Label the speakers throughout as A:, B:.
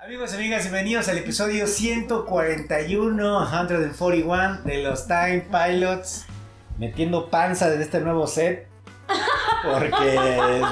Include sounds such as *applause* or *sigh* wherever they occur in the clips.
A: Amigos, amigas, bienvenidos al episodio 141, 141 de los Time Pilots, metiendo panza en este nuevo set, porque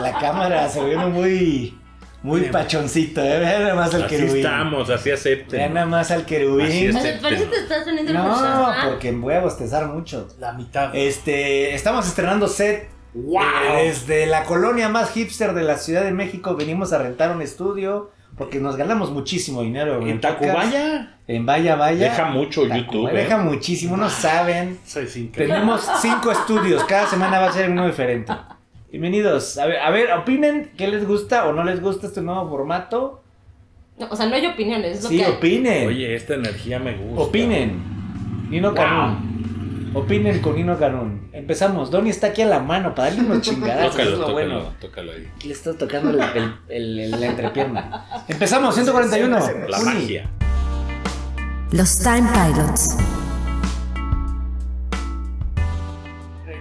A: la cámara se vino muy, muy
B: Bien.
A: pachoncito, ¿eh? Vean nada más al
C: Así
A: querubín.
C: estamos, así
A: Vean
C: acepten.
A: nada más al
C: Así
A: querubín.
C: es.
D: O sea, parece que te estás poniendo el
A: No, pues,
D: personaje.
E: Ah,
A: porque voy a bostezar mucho.
B: La mitad.
A: Este, estamos estrenando set. eh, desde la colonia más hipster de la Ciudad de México venimos a rentar un estudio porque nos ganamos muchísimo dinero.
C: en
A: podcast.
C: Tacubaya
A: En Vaya Vaya.
C: deja mucho
A: Tacubaya,
C: YouTube. ¿eh?
A: Deja muchísimo, no saben.
B: Soy sin creer.
A: Tenemos cinco estudios, cada semana va a ser uno diferente. Bienvenidos. A ver, a ver, opinen qué les gusta o no les gusta este nuevo formato.
D: No, o sea, no hay opiniones, es lo
A: Sí,
D: que hay.
A: opinen.
C: Oye, esta energía me gusta.
A: Opinen. Nino
C: Wow.
A: Canún. Opinen con Nino Canún. Empezamos. Donnie está aquí a la mano para darle unos
B: *laughs*
A: chingadas.
C: Tócalo,
A: es lo
C: tócalo,
A: bueno.
C: tócalo ahí.
A: Le está tocando el- el- el- el- la entrepierna. Empezamos, 141.
C: La
A: Uni.
C: magia.
F: Los Time Pilots.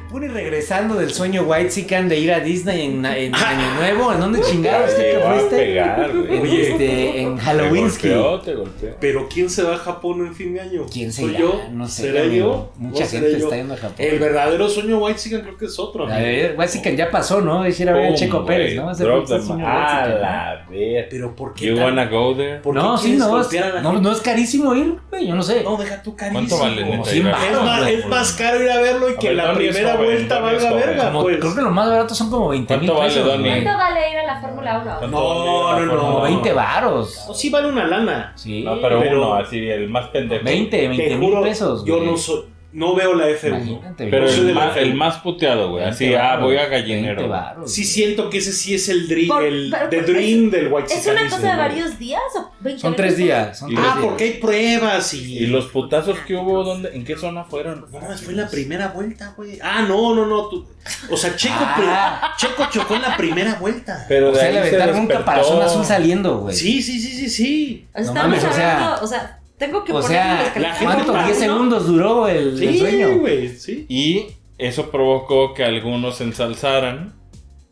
A: Puni regresando del sueño White Sican de ir a Disney en, en Año Nuevo. ¿En
B: *laughs*
A: dónde chingados
C: Te
A: que te
C: va a
A: fuiste?
C: pegar, güey.
B: Oye,
A: Este, en
C: Te
A: Halloweenski.
C: golpeó, te golpeó.
B: Pero ¿quién se va a Japón en fin de año?
A: ¿Quién se
B: ¿Soy
A: irá?
B: yo?
A: No sé.
B: ¿Seré
A: amigo.
B: yo?
A: Mucha
B: ¿No seré
A: gente
B: yo?
A: está yendo a Japón.
B: El verdadero sueño White Sigan creo que es otro.
A: A
B: amigo.
A: ver, White Sican ya pasó, ¿no? Es ir a ver a
C: Boom,
A: Checo
C: güey.
A: Pérez, ¿no? Ese
C: Drop
A: fue
C: the
A: el sueño
C: mic. A
B: Ah,
A: White Sican, ¿no?
C: la ver.
B: Pero ¿por qué?
C: You
B: tan-
C: wanna go there?
B: ¿Por qué
A: No, sí,
B: quieres
A: no,
B: golpear a la
A: no,
B: gente?
A: no es carísimo ir, güey, yo no sé.
B: No, deja tu carísimo.
C: ¿Cuánto vale
A: como
C: neta?
A: cien
C: Iba-
B: Es más, es más caro ir a verlo y
C: A
B: que
C: ver,
B: la
C: Donnie es
B: primera
C: joven,
B: vuelta
C: Donnie es
B: valga
C: joven.
B: verga,
A: Como-
B: pues.
A: creo que lo más barato son como 20 mil
C: ¿Cuánto vale,
A: pesos.
C: Donnie?
A: güey.
C: ¿Cuánto
E: ¿Cuánto vale ir a la Fórmula 1?
C: ¿Cuánto
B: No,
C: vale la
B: no, no.
C: forma?
A: Como 20 varos.
B: No, sí vale una lana.
A: Sí.
C: No, pero
B: Pero-
C: uno, así, el más pendejo.
A: 20, 20
B: Te
A: mil
B: juro,
A: pesos.
B: yo
A: güey.
B: no soy... No veo la F1.
A: Imagínate,
C: Pero
A: güey.
B: soy
C: el
B: de la
C: más,
B: fe.
C: el más puteado, güey.
A: 20
C: Así, ah,
A: varos,
C: voy a
A: 20
C: gallinero.
A: varos,
B: Sí
A: güey.
B: siento que ese sí es el dream,
E: Por-
B: el
E: pero-
B: the dream del White
E: ¿Es una cosa de
B: Sicanismo.
E: varios días o 20
A: Son tres días. son
C: Y-
A: tres
B: Ah,
A: días.
B: porque hay pruebas y...
C: ¿Y los putazos que hubo? ¿dónde, ¿En qué zona fueron?
B: No mames, fue la primera vuelta, güey. Ah, no, no, no. tú- O sea, Checo,
A: Ah.
B: pri- Checo chocó en la primera vuelta.
C: Pero
A: O
C: de
A: sea,
C: ahí
A: le
C: se
A: aventaron un
C: despertó.
A: caparazón azul saliendo, güey.
B: Sí, sí, sí, sí, sí.
E: O sea,
A: No
E: estamos
A: mames, o sea-
E: hablando, o sea, tengo que
A: O
E: ponerme
A: sea,
E: los
B: la gente
A: ¿cuánto?
B: normal,
A: 10
B: ¿no?
A: segundos duró el, el
B: Sí,
A: sueño.
B: güey, sí.
C: Y eso provocó que algunos se ensalzaran,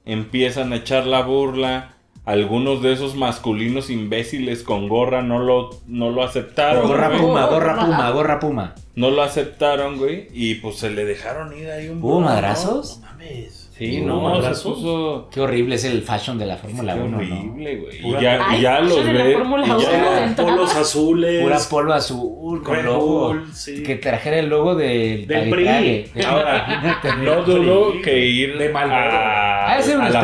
C: empiezan a echar la burla. Algunos de esos masculinos imbéciles con gorra no lo, no lo aceptaron.
A: Gorra
C: güey.
A: puma, gorra puma, gorra puma.
C: No lo aceptaron, güey. Y pues se le dejaron ir ahí un
A: ¿Hubo
C: buen, ¿no?
A: madrazos?
B: No mames.
C: Sí,
B: ¿Hubo
C: no, se
B: madrazos?
C: puso
A: Qué horrible es el fashion de la Fórmula 1, ¿no?
C: horrible, güey. Y
B: Pura-
C: ya, y
D: Ay,
C: ya
D: yo
C: los
D: de la
C: ve.
D: Fórmula
C: y ya-
D: uno.
B: Eran polos azules.
A: Pura polvo azul con
B: Red
A: logo.
B: Bull, sí.
A: Que trajera el logo del,
B: Del
A: arbitraje.
B: PRI.
C: Ahora,
B: *laughs*
C: no dudo que ir
B: De Malboro.
C: a,
A: Ha de ser un
C: a la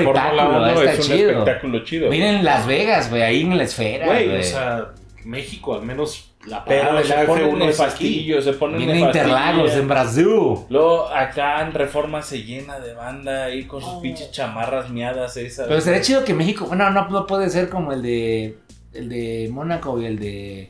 A: espectáculo,
C: Fórmula 1
A: está
C: es un
A: chido.
C: espectáculo chido.
A: Miren Las Vegas, güey, ahí en la esfera.
B: Güey,
A: güey.
B: o sea, México, al menos la
C: Pero
B: parada Ah, de
C: se
B: la
C: ponen
B: F1
C: en
B: es aquí.
C: fastillo, se ponen
A: Miren Interlagos, em- en Brasil.
C: Luego acá en Reforma se llena de banda ahí con sus
E: Oh.
C: pinches chamarras miadas esas.
A: Pero sería chido que México, bueno, no, no puede ser como el de el de Mónaco y el de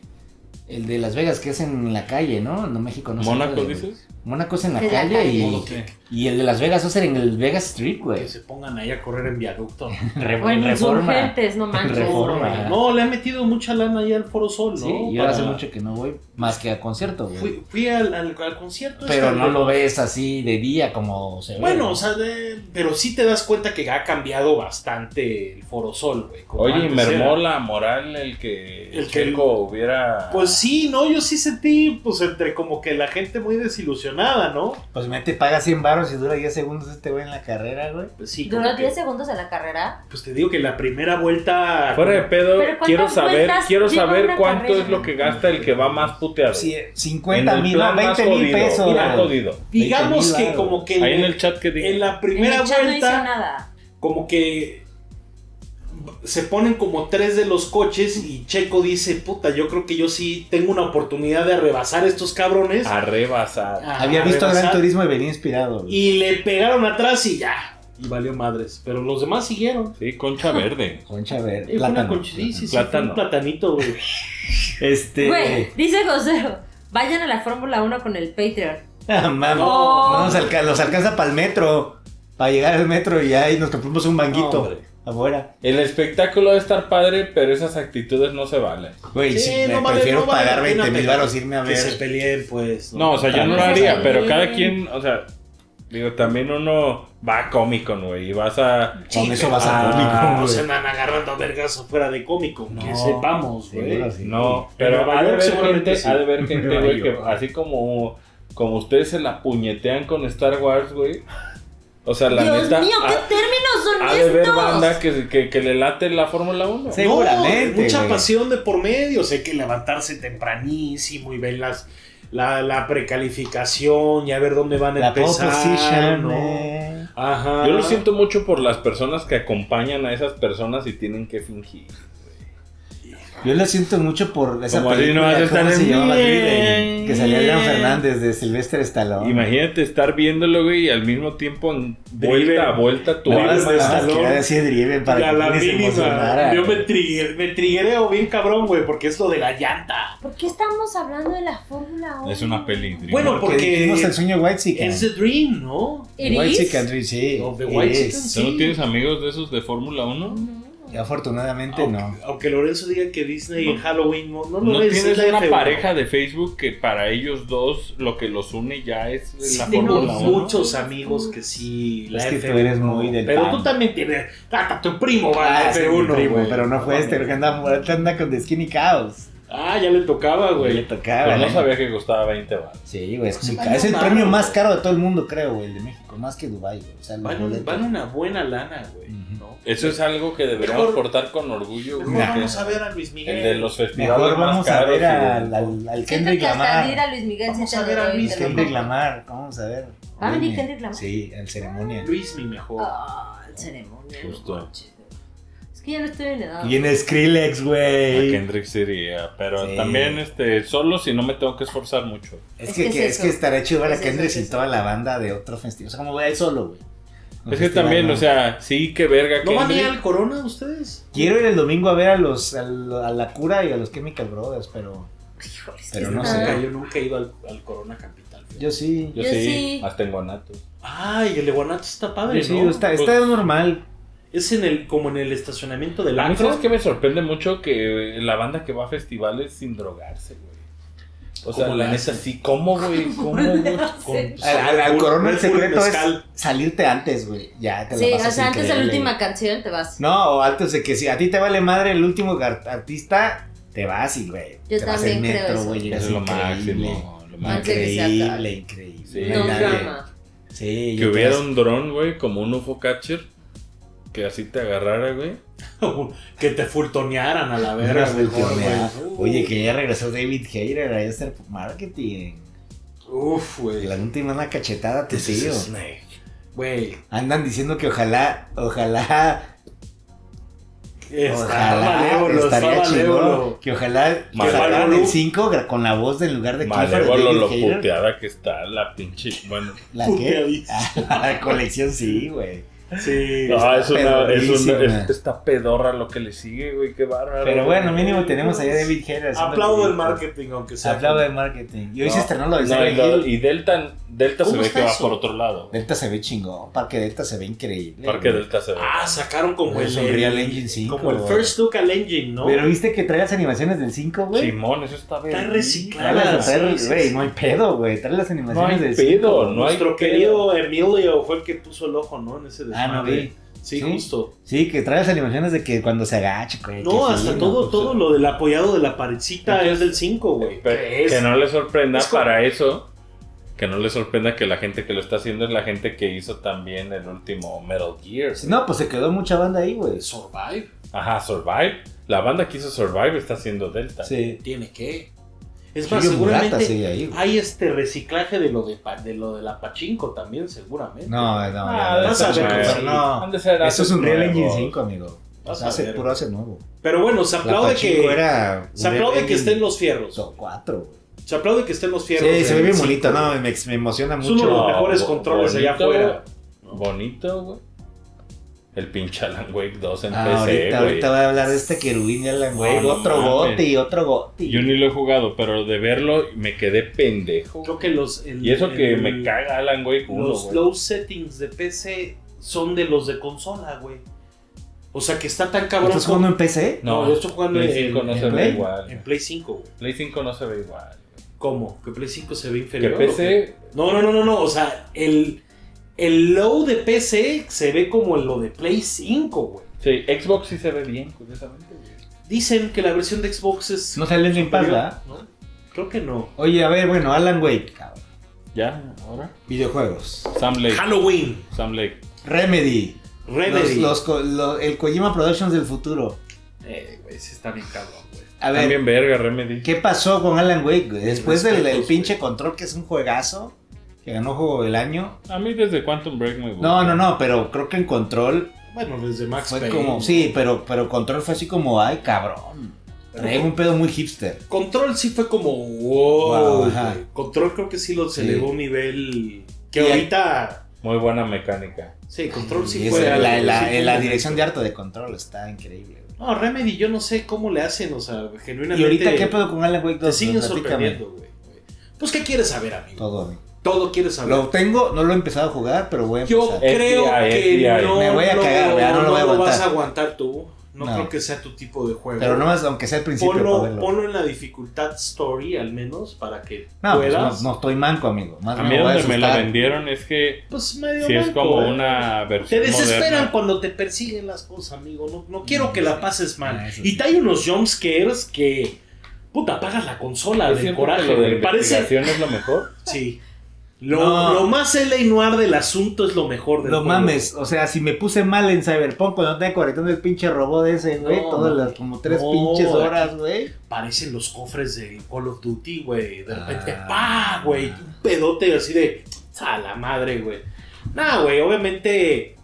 A: el de Las Vegas que es en la calle, ¿no? No México no se
C: ¿Mónaco
A: puede, güey.
C: dices?
A: Mónaco es en la
E: Es la
A: calle,
E: calle.
A: y,
B: Modo que-
A: y el de Las Vegas va a ser en el Vegas Street, güey.
C: Pues.
B: Que se pongan ahí a correr en viaducto.
A: Re-
D: Bueno,
A: reforma.
D: insurgentes, no manches.
A: Reforma.
B: No, le han metido mucha lana ahí al Foro Sol, ¿no?
A: Sí, yo
B: Para-
A: hace mucho que no voy más que a concierto, güey.
B: Fui, fui al, al- al concierto.
A: Pero
B: este,
A: no
B: de-
A: lo ves así de día como se ve.
B: Bueno,
A: güey.
B: o sea, de- pero sí te das cuenta que ha cambiado bastante el Foro Sol, güey. como
C: Oye, y
B: antes
C: mermó
B: era.
C: la moral el que el
B: El que-
C: Checo hubiera...
B: Pues sí, ¿no? Yo sí sentí, pues, entre como que la gente muy desilusionada, ¿no?
A: pues mete paga 100 baros y dura 10 segundos este güey en la carrera, güey.
B: Pues sí. como
E: Duró
B: que-
E: 10 segundos en la carrera.
B: Pues te digo que la primera vuelta.
C: Fuera de pedo,
E: Pero ¿cuántas
C: quiero saber,
E: vueltas
C: quiero
E: lleva
C: saber
E: una
C: cuánto
E: carrera?
C: es lo que gasta el que va más puteado.
A: Sí,
B: eh,
C: En
A: 50
C: el
A: mil, no,
C: plan más
A: 20 mil
C: jodido,
A: pesos.
C: plan
A: güey.
C: jodido.
B: digamos
A: 20.000
B: que
A: varos.
B: como que.
C: Ahí en el chat que diga.
B: en la
E: En
B: primera
E: el chat no hizo
B: vuelta.
E: nada.
B: como que se ponen como tres de los coches y Checo dice, puta, yo creo que yo sí tengo una oportunidad de rebasar a estos cabrones.
C: A rebasar.
B: A-
A: Ah, Había
B: a
A: visto
B: rebasar.
A: Gran Turismo y venía inspirado. güey.
B: Ah, Y le pegaron atrás y ya. Y valió madres. Pero los demás siguieron.
C: Sí, concha verde.
A: Concha verde.
B: Eh, fue una
A: plátano.
B: conch- sí, sí, sí, fue
C: Plátano.
B: un platanito, güey.
A: Este.
E: Güey, dice José, vayan a la Fórmula 1 con el Patreon.
A: *laughs* Ah, mami.
E: No.
A: No nos alca- los alcanza para el metro. Para llegar al metro y ahí nos compramos un
B: No,
A: manguito
B: hombre.
A: afuera.
C: El espectáculo de estar padre, pero esas actitudes no se valen.
A: Güey,
B: Sí,
A: sí, me
B: no vale-
A: prefiero
B: no vale
A: pagar
B: la pena
A: 20 mil
B: pelear.
A: baros irme a
B: Que se
A: ver.
B: peleen, pues.
C: No, o sea, yo no lo
D: También.
C: haría, pero cada quien, o sea, Digo, también uno va a Comic Con, güey, y vas a...
A: Con eso vas a
C: ah,
A: Comic Con,
B: No
A: güey.
B: se andan agarrando a vergas afuera de Comic Con, que
A: No,
B: sepamos, güey.
A: seguro sí.
C: No,
B: En
C: pero
B: Nueva
C: ha de
B: York
C: haber
B: seguramente
C: gente,
B: sí.
C: ha de haber gente, güey, que
G: Nueva York.
C: así como, como ustedes se la puñetean con Star Wars, güey. O sea, la
D: Dios
C: neta,
D: mío, ¿qué
C: ha,
D: términos son
C: ha de haber
D: estos?
C: banda que, que, que le late la Fórmula 1.
A: Sí. Seguramente,
B: No, mucha
A: güey.
B: pasión de por medio. O sea, hay que levantarse tempranísimo y ver las, la, la precalificación y a ver dónde van a
A: La pole
B: empezar.
A: position,
B: ¿no?
A: eh.
B: Ajá.
C: Yo lo siento mucho por las personas que acompañan a esas personas y tienen que fingir.
A: Yo lo siento mucho por esa
C: Como así
A: película,
C: nomás
A: ¿cómo
C: están
A: se
C: así,
A: llamaba
C: bien,
A: Driven? Que salía Adrián
C: bien.
A: Fernández de Silvestre Stallone.
C: Imagínate estar viéndolo, güey, y al mismo tiempo en vuelta a vuelta tu
B: Driven,
C: alma.
B: de
A: Ah,
B: Stallone.
A: quería decir Driven para
B: Y a
A: que
B: la
A: nadie se emocionara.
B: mínima. Yo me, trigger, me triggereo bien cabrón, güey, porque es lo de la llanta.
D: ¿Por qué estamos hablando de la Fórmula 1?
C: Es una peli. Dream.
B: Bueno,
A: Porque dijimos el
B: porque
A: sueño White Chicken.
B: es The Dream, ¿no?
D: It
A: White
D: is.
A: Chicken Dream, sí.
B: Of the
A: it
B: White
A: is.
B: Chicken.
C: ¿Tú no
B: sí.
C: tienes amigos de esos de Fórmula 1?
A: Y Afortunadamente
B: Aunque,
A: no.
B: aunque Lorenzo diga que Disney en Halloween no, no lo
C: ¿No
B: ves, es
C: tienes
B: la
C: una
B: F1.
C: pareja de Facebook que para ellos dos lo que los une ya es
B: Sí,
C: la
B: tengo
C: Fórmula 1?
B: muchos amigos que sí.
A: Es que tú
B: F1,
A: eres muy del
B: Pero
A: pan.
B: tú también tienes. Hasta tu primo va a
A: Ah,
B: la
A: sí,
B: F1.
A: mi primo,
B: güey.
A: pero no fue este,
B: mames.
A: porque anda, ahorita anda con The Skinny Cows.
B: Ah, ya le tocaba,
A: Le
B: güey.
A: tocaba.
C: Pero no
A: ¿no?
C: sabía que costaba 20 balas.
A: Sí, güey, es
B: Pues
A: muy
B: se
A: caro. Es el
B: van a
A: premio
B: mamar,
A: más
B: güey.
A: caro de todo el mundo, creo, güey, el de México. Más que Dubai, güey. O sea, los
B: Van,
A: boletos.
B: van una buena lana, güey. ¿no?
C: Eso es algo que deberíamos
B: Mejor-
C: portar con orgullo.
B: Mejor
C: güey, que
B: vamos a ver a Luis Miguel.
C: El de los festivales
A: Mejor
C: más
A: vamos a
C: caros
A: ver
C: y de-
A: al, al, al
E: Siento
A: Kendrick
E: que hasta ir
A: Lamar.
E: a Luis Miguel
B: Vamos
E: se
B: a
E: te
B: ver a
E: doy,
B: Luis
E: te lo
A: Kendrick
E: juro.
A: Lamar, vamos a ver.
E: ¿Va a venir
A: Viene.
E: Kendrick Lamar?
A: Sí, en ceremonia.
B: Luis, mi mejor.
E: Ah, ceremonia. no
C: Justo.
E: manches, güey. Es que ya no estoy en edad.
A: Y en Skrillex,
C: A
A: güey.
C: Kendrick sería, pero
A: Sí.
C: también este solo si no me tengo que esforzar mucho.
A: Es
E: Es
A: que,
E: que es
A: que- es
E: eso.
A: que estará chido ver a
E: Es eso,
A: Kendrick
E: es
A: sin
E: eso.
A: toda la banda de otro festival. O sea, como voy a ir solo, güey. Un
C: es que
A: festival,
C: también,
A: ¿no?
C: o sea, sí que verga
B: ¿No van a ir
C: Kendrick.
B: al Corona ustedes?
A: Quiero ir el domingo a ver a los a, la- a la cura y a los Chemical Brothers, pero
E: Híjoles,
A: Pero
E: que
A: no
E: está- *laughs*
A: sé.
B: Yo nunca he ido al, al Corona Capital.
A: yo sí.
C: Yo,
D: Yo
C: sí,
D: sí.
C: hasta en Guanatos.
B: Ay, el de Guanato está padre,
A: Yo sí,
B: ¿no?
A: está,
C: Pues-
A: está normal.
B: Es en el, como en el estacionamiento del
C: A mí
B: Acro.
C: sabes que me sorprende mucho que eh, la banda que va a festivales sin drogarse, güey. O sea,
B: ¿Cómo
C: la
B: le
C: neta
B: hacen?
C: sí, ¿cómo, güey? ¿Cómo, güey?
B: Con-
C: pues,
A: Al, al- al
B: Red Bull-
A: corona el
B: Red Bull
A: secreto es
B: mezcal.
A: salirte antes, güey. Ya te la
D: Sí, o
A: pasas
D: sea, antes de la
A: increíble,
D: última
A: güey.
D: canción te vas.
A: No, o antes de que si a ti te vale madre el último gar- artista, te vas y, güey.
D: Yo
A: te vas en
D: también creo
A: metro,
D: eso.
A: güey. llegas
C: Eso es lo
A: increíble.
C: máximo, lo máximo.
D: Antes de que se
A: Increíble,
D: acabe.
A: increíble.
C: Sí.
A: No
D: No
A: hay nadie.
D: drama.
A: Sí,
C: Que hubiera un dron, güey, como un UFO catcher, que así te agarrara, güey.
B: *laughs* que te furtonearan a la verga.
A: Verga,
B: mejor, güey.
A: Oye, que ya regresó David Hayter a hacer marketing.
B: Uf, güey.
A: La última es una cachetada a tu tío.
B: Snake. Güey.
A: Andan diciendo que ojalá, ojalá,
B: Está
A: ojalá
B: malévolo, está
A: estaría
B: malévolo.
A: chido que ojalá
C: Malévolo.
A: sacaran el 5 con la voz del lugar de Kiefer
C: Malévolo
A: David
C: lo
A: Hayter.
C: puteada que está la pinche. Bueno,
A: ¿La qué?
B: Puteadísimo.
A: *laughs* la colección sí, güey.
B: Sí.
C: Ah, es una, es una,
A: pedorrísima.
C: es- esta pedorra lo que le sigue, güey, qué bárbaro.
A: Pero bueno, mínimo tenemos ahí a David Hayter. haciendo
B: Aplaudo el
A: proyectos.
B: marketing, aunque sea.
A: Aplaudo el marketing. Y hoy se
C: No,
A: estrenó lo de
C: no,
A: Silent
C: y, lo-
A: Hill.
C: y Delta, Delta se
B: ¿Cómo
C: ve
B: está
C: que
B: eso?
C: va por otro lado.
A: Delta se ve chingón. Parque Delta se ve increíble.
C: Parque
A: güey.
C: Delta se ve.
B: Ah, sacaron como
A: Es
B: el,
A: un Real
B: el-
A: Engine 5,
B: Como el
A: güey.
B: First Look al Engine, ¿no?
A: Pero viste que trae las animaciones del 5, güey.
C: Simón, eso está bien.
B: Está reciclado.
A: Trae las-
B: sí,
A: trae-
B: sí,
A: güey,
B: sí.
A: no hay pedo, güey. Trae las
C: No hay
A: animaciones del 5.
C: pedo, no hay
B: Nuestro
C: pedo.
B: querido Emilio fue el que puso el ojo, ¿no? En ese
A: Ah, no
B: desmadre.
A: vi.
B: Sí,
A: Sí.
B: justo.
A: Sí, que trae las animaciones de que cuando se agacha, güey.
B: No,
A: que
B: hasta
A: sí,
B: todo,
A: ¿no? pues, eh.
B: todo lo del apoyado de la parecita es del 5, güey.
C: Pe-
B: es?
C: Que no le sorprenda
B: Es como-
C: para eso. Que no le sorprenda que la gente que lo está haciendo es la gente que hizo también el último Metal Gear.
A: No, pues se quedó mucha banda ahí, güey.
B: Survive.
C: Ajá, Survive. La banda que hizo Survive está haciendo Delta.
A: Sí.
B: Tiene que. Es más,
A: Yuyo Murata
B: seguramente
A: sigue ahí, güey.
B: hay este reciclaje de lo de, pa- de lo de la Pachinko también, seguramente.
A: No, no,
C: Ah,
A: no, no,
B: vas a
A: eso no,
B: ver que
A: pero
B: sí.
A: no.
C: Han de ser
A: Eso es un Real
C: nuevos.
A: Engine 5, amigo. O
B: Vas
A: sea,
B: a
A: hace,
B: ver.
A: puro hace nuevo.
B: Pero bueno, se
A: La
B: aplaude que.
A: Pachinko era
B: Se aplaude que estén los fierros.
A: 4, güey.
B: Se aplaude que estén los fierros.
A: Sí, se
B: del
A: ve bien
B: cinco.
A: bonito, no, me, me emociona
B: Es uno de
A: mucho.
B: los mejores
C: bo-
B: controles allá
C: bonito,
B: afuera.
C: Bonito, güey. El pinche Alan Wake 2 en
A: Ah,
C: PC,
A: ahorita,
C: güey.
A: ahorita voy a hablar de este querubín de Alan Wake.
C: no
A: otro
C: mames.
A: gote y otro gote.
C: Yo ni lo he jugado, pero de verlo me quedé pendejo.
B: Creo que los. el-
C: Y eso que
B: el-
C: me caga Alan Wake 1,
B: Los
C: güey.
B: low settings de PC son de los de consola, güey. O sea que está tan cabrón.
A: ¿Estás
B: como-
A: jugando en PC?
B: No, yo estoy jugando
C: Play
B: en-
C: 5 no
A: en
C: se ve
A: Play.
C: igual.
B: En Play 5, güey.
C: Play 5 no se ve igual.
B: ¿Cómo? ¿Que Play 5 se ve
C: Que
B: inferior? o
C: PC,
B: qué? No, no, no, no, no. O sea, el, El low de PC se ve como el lo de Play 5, güey.
C: Sí, Xbox sí se ve bien, curiosamente. güey.
B: Dicen que la versión de Xbox es.
A: No sale Leslie Paz,
B: superior,
A: ¿verdad?
B: ¿no? Creo que no.
A: Oye, a ver, bueno, Alan Wake, cabrón.
C: ¿Ya? ¿Ahora?
A: Videojuegos.
C: Sam Lake.
B: Halloween.
C: Sam Lake.
A: Remedy.
B: Remedy.
A: Los- los co- lo- el Kojima Productions del futuro.
B: Eh, güey, sí está bien cabrón, güey.
A: A ver,
C: También verga, Remedy.
A: ¿qué pasó con Alan Wake? güey? Después del, del
B: respetos,
A: pinche
B: güey.
A: control, que es un juegazo, que ganó juego del año.
C: A mí desde Quantum Break me gusta.
A: No, no, no, pero creo que en control
B: Bueno, desde Max
A: fue
B: Payne.
A: como. Sí, pero, pero control fue así como, ay, cabrón. Trae un pedo muy hipster.
B: Control sí fue como wow.
A: Wow, ajá.
B: güey. Control creo que sí lo se
A: Sí.
B: elevó a un nivel que
A: Y-
B: ahorita.
C: Muy buena mecánica.
B: Sí, Control sí
A: Y
B: fue.
A: esa-
B: algo,
A: la, la-
B: sí fue un
A: la
B: momento.
A: dirección de arte de control está increíble. güey.
B: No, Remedy, yo no sé cómo le hacen, o sea, genuinamente.
A: ¿Y ahorita qué pedo con Alan Wake 2?
B: Te siguen
A: Platícame.
B: sorprendiendo, güey. güey. Pues, ¿qué quieres saber, amigo? Todo,
A: Todo. güey.
B: quieres saber.
A: Lo tengo, no lo he empezado a jugar, pero voy a empezar.
B: Yo eh, creo
C: FBI,
B: que
C: FBI.
B: no.
A: Me voy a
B: lo-
A: cagar, ya no lo voy a
B: vas
A: aguantar.
B: a aguantar tú. No,
A: No.
B: creo que sea tu tipo de juego.
A: Pero nomás, aunque sea al principio, para
B: ponlo,
A: verlo.
B: ponlo en la dificultad story, al menos, para que
A: No, pues
B: puedas.
A: no, no estoy manco, amigo. Más
C: A
A: me
C: mí
A: voy a
C: donde me la
A: asustar.
C: vendieron es que
B: Pues medio
C: si es
B: manco,
C: como
B: ¿eh?
C: una
B: Te
C: versión
B: desesperan
C: moderna.
B: cuando te persiguen las cosas, amigo. No, no quiero
A: No,
B: que la pases mal.
A: no, eso
B: y
A: sí.
B: te hay unos jumpscares que. Puta, apagas la consola
C: Yo
B: del
C: siento que
B: coraje,
C: lo de
B: güey. Parece.
C: investigación es lo mejor.
B: Sí. Lo,
A: No.
B: lo más L.A. Noir del asunto es lo mejor del
A: No
B: juego.
A: mames, o sea, si me puse mal en Cyberpunk cuando estaba conectando el pinche robot ese, güey,
B: No,
A: todas
B: no.
A: las como tres
B: No,
A: pinches
B: güey.
A: horas, güey.
B: Parecen los cofres de Call of Duty, güey. De repente,
A: Ah.
B: pa, güey. Un pedote así de. A la madre, güey. Nah, güey, obviamente.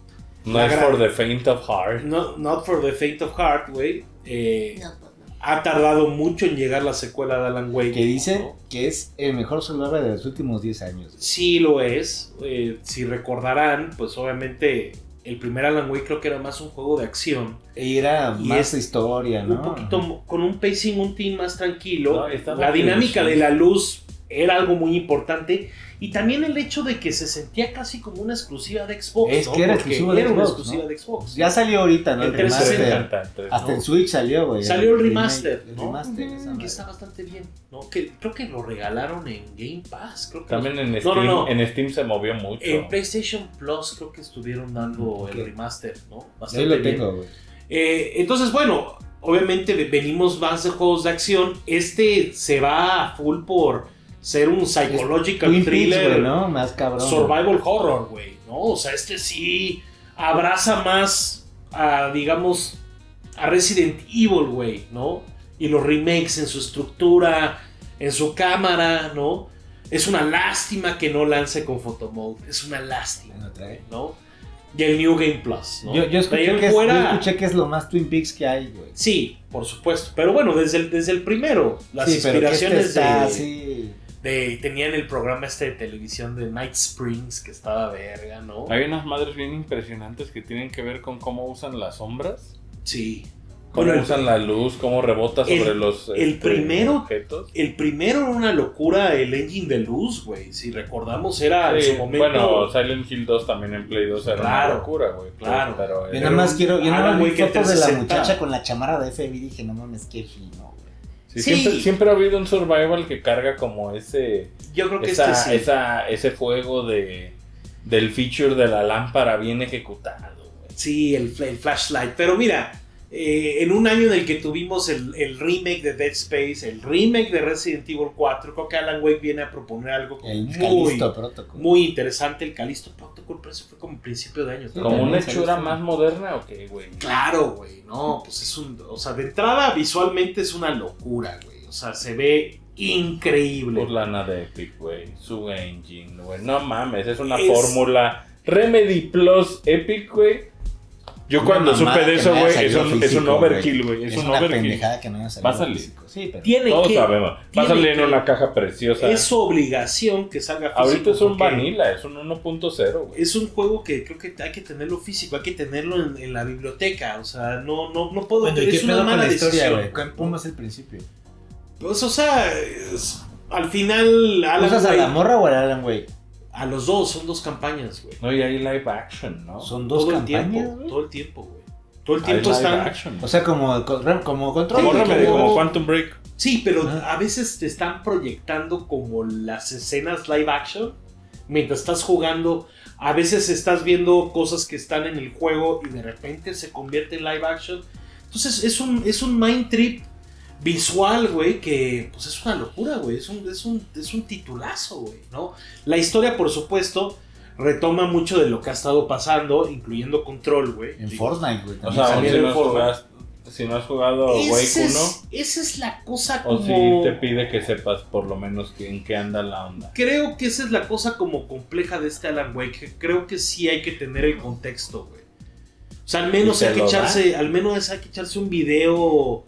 C: No
B: La
C: es
B: gran-
C: for the faint of heart.
B: No, not for the faint of heart, güey. Eh,
D: No, pues no.
B: Ha tardado mucho en llegar la secuela de Alan Wake.
A: Que dicen
B: ¿no?
A: que es el mejor celular de los últimos 10 años. güey.
B: Sí lo es. eh, si recordarán, pues obviamente el primer Alan Wake creo que era más un juego de acción.
A: Y era
B: Y
A: más
B: es
A: historia, ¿no?
B: Un poquito mo- con un pacing, un team más tranquilo.
C: No, estaba
B: la dinámica
C: curioso.
B: de la luz era algo muy importante. Y también el hecho de que se sentía casi como una exclusiva de Xbox.
A: Es
B: ¿no?
A: que era
B: Porque
A: exclusiva de
B: era una
A: Xbox,
B: exclusiva
A: ¿no?
B: de Xbox.
A: Ya salió ahorita, ¿no? El
B: El 360.
A: remaster. Hasta en Switch salió, güey.
B: Salió el
A: remake,
B: remaster,
A: El
B: ¿no?
A: remaster, esa
B: Que
A: madre.
B: está bastante bien. ¿no? Que, creo que lo regalaron en Game Pass. Creo que
C: También en
B: No,
C: Steam,
B: no, no.
C: en Steam se movió mucho.
B: En PlayStation Plus creo que estuvieron dando
A: Ok.
B: el remaster, ¿no?
A: Ahí lo tengo, güey.
B: bien. Eh, entonces, bueno, obviamente ve- venimos más de juegos de acción. Este se va a full por ser un psychological
A: Twin Peaks,
B: thriller,
A: güey, ¿no? Más cabrón. güey.
B: survival horror, güey, ¿no? O sea, este sí abraza más a, digamos, a Resident Evil, güey, ¿no? Y los remakes en su estructura, en su cámara, ¿no? Es una lástima que no lance con Photomode, es una lástima.
A: Bueno, trae.
B: ¿no? Y el New Game Plus, ¿no?
A: Yo, yo
B: De
A: escuché
B: ahí
A: que es,
B: fuera-
A: yo escuché que es lo más Twin Peaks que hay, güey.
B: Sí, por supuesto. Pero bueno, desde el, desde el primero, las
A: sí, pero que este
B: inspiraciones
A: está
B: de,
A: así.
B: de- Tenían el programa este de televisión de Night Springs, que estaba verga, ¿no?
C: Hay unas madres bien impresionantes que tienen que ver con cómo usan las sombras,
B: Sí.
C: cómo
B: Bueno, el-
C: usan la luz, cómo rebota
B: el-
C: sobre los este,
B: el primero-
C: objetos.
B: El primero era una locura, el engine de luz, güey. Si recordamos, era Ah, en
C: Sí,
B: su momento.
C: Bueno, Silent Hill 2 también en Play 2 era
B: Claro,
C: una locura, güey. pues,
B: claro.
C: Pero
A: Yo
C: era-
A: nada más quiero, yo nada
B: Alan
A: más vi
B: Wake en
A: fotos de la
B: 360.
A: muchacha con la chamara de FB y dije, no mames, qué fino, güey.
C: sí,
B: Sí.
C: Siempre, siempre ha habido un survival que carga como ese,
B: yo creo que
C: esa,
B: este sí.
C: esa- ese fuego de, del feature de la lámpara bien ejecutado, güey.
B: Sí, el, fla- el flashlight. Pero mira, eh, en un año en el que tuvimos el, el remake de Dead Space, el remake de Resident Evil 4, creo que Alan Wake viene a proponer algo como
A: El
B: muy,
A: Calisto Protocol.
B: muy interesante. El Calisto Protocol, pero eso fue como principio de año.
A: Sí,
C: Como
A: también
C: una
A: se
C: hechura
A: usa.
C: más moderna o qué, güey.
B: Claro, güey, no, pues es un... O sea, de entrada visualmente es una locura, güey. O sea, se ve increíble.
C: Por lana de Epic, güey. Su engine, güey. No mames, es una
B: Es-
C: fórmula. Remedy Plus Epic, güey. Yo
A: Una
C: cuando
A: mamada
C: supe de
A: que
C: eso,
A: no haya
C: güey, es,
A: salido
C: un- es un
A: físico,
C: overkill,
A: güey.
C: güey. Es,
A: Es
C: un
A: una
C: overkill.
A: pendejada que no haya salido
C: Va a salir.
A: físico. Sí, pero...
B: Tienen
C: Todos
B: que-
C: sabemos. Va a
B: tiene
C: salir en
B: que-
C: una caja preciosa.
B: es su obligación que salga físico.
C: Ahorita es un
B: porque
C: vanilla, es un 1.0, güey.
B: Es un juego que creo que hay que tenerlo físico, hay que tenerlo en, en la biblioteca. O sea, no, no, no puedo.
A: Bueno, ¿y qué
B: es una
A: pedo con
B: mala
A: la historia,
B: decisión.
A: güey? ¿Cómo- ¿Cómo es el principio?
B: Pues, o sea, es- al final, Alan
A: ¿Usas a
B: Wake-
A: la morra o a Alan Wake?
B: a los dos, son dos campañas, güey.
C: No, y hay live action, ¿no?
A: Son dos
B: Todo el
A: campañas,
B: tiempo,
A: güey. Ah,
B: todo el tiempo, güey. Todo el
C: Hay
B: tiempo
C: live
B: están.
C: action,
A: O
C: güey.
A: sea, como, como control.
C: Como
A: güey,
C: Remedy,
A: como-
C: como Quantum Break.
B: Sí, pero
A: Ah.
B: a veces te están proyectando como las escenas live action. mientras estás jugando. A veces estás viendo cosas que están en el juego y de repente se convierte en live action. Entonces es un, es un mind trip visual, güey, que pues es una locura, güey. Es un, es un, es un titulazo, güey, ¿no? La historia, por supuesto, retoma mucho de lo que ha estado pasando, incluyendo Control, güey.
A: En
B: Digo,
A: Fortnite, güey.
C: O
A: también
C: sea, aún
A: salió
C: si
A: en
C: no, has
A: Fortnite.
C: jugado, si no has jugado Wake
B: Esa
C: 1,
B: es, esa es la cosa
C: o
B: como...
C: si te pide que sepas por lo menos que- en qué anda la onda.
B: Creo que esa es la cosa como compleja de este Alan Wake. que Creo que sí hay que tener el contexto, güey. O sea, al menos
C: ¿Y te
B: hay que
C: lo da?
B: echarse, al menos hay que echarse un video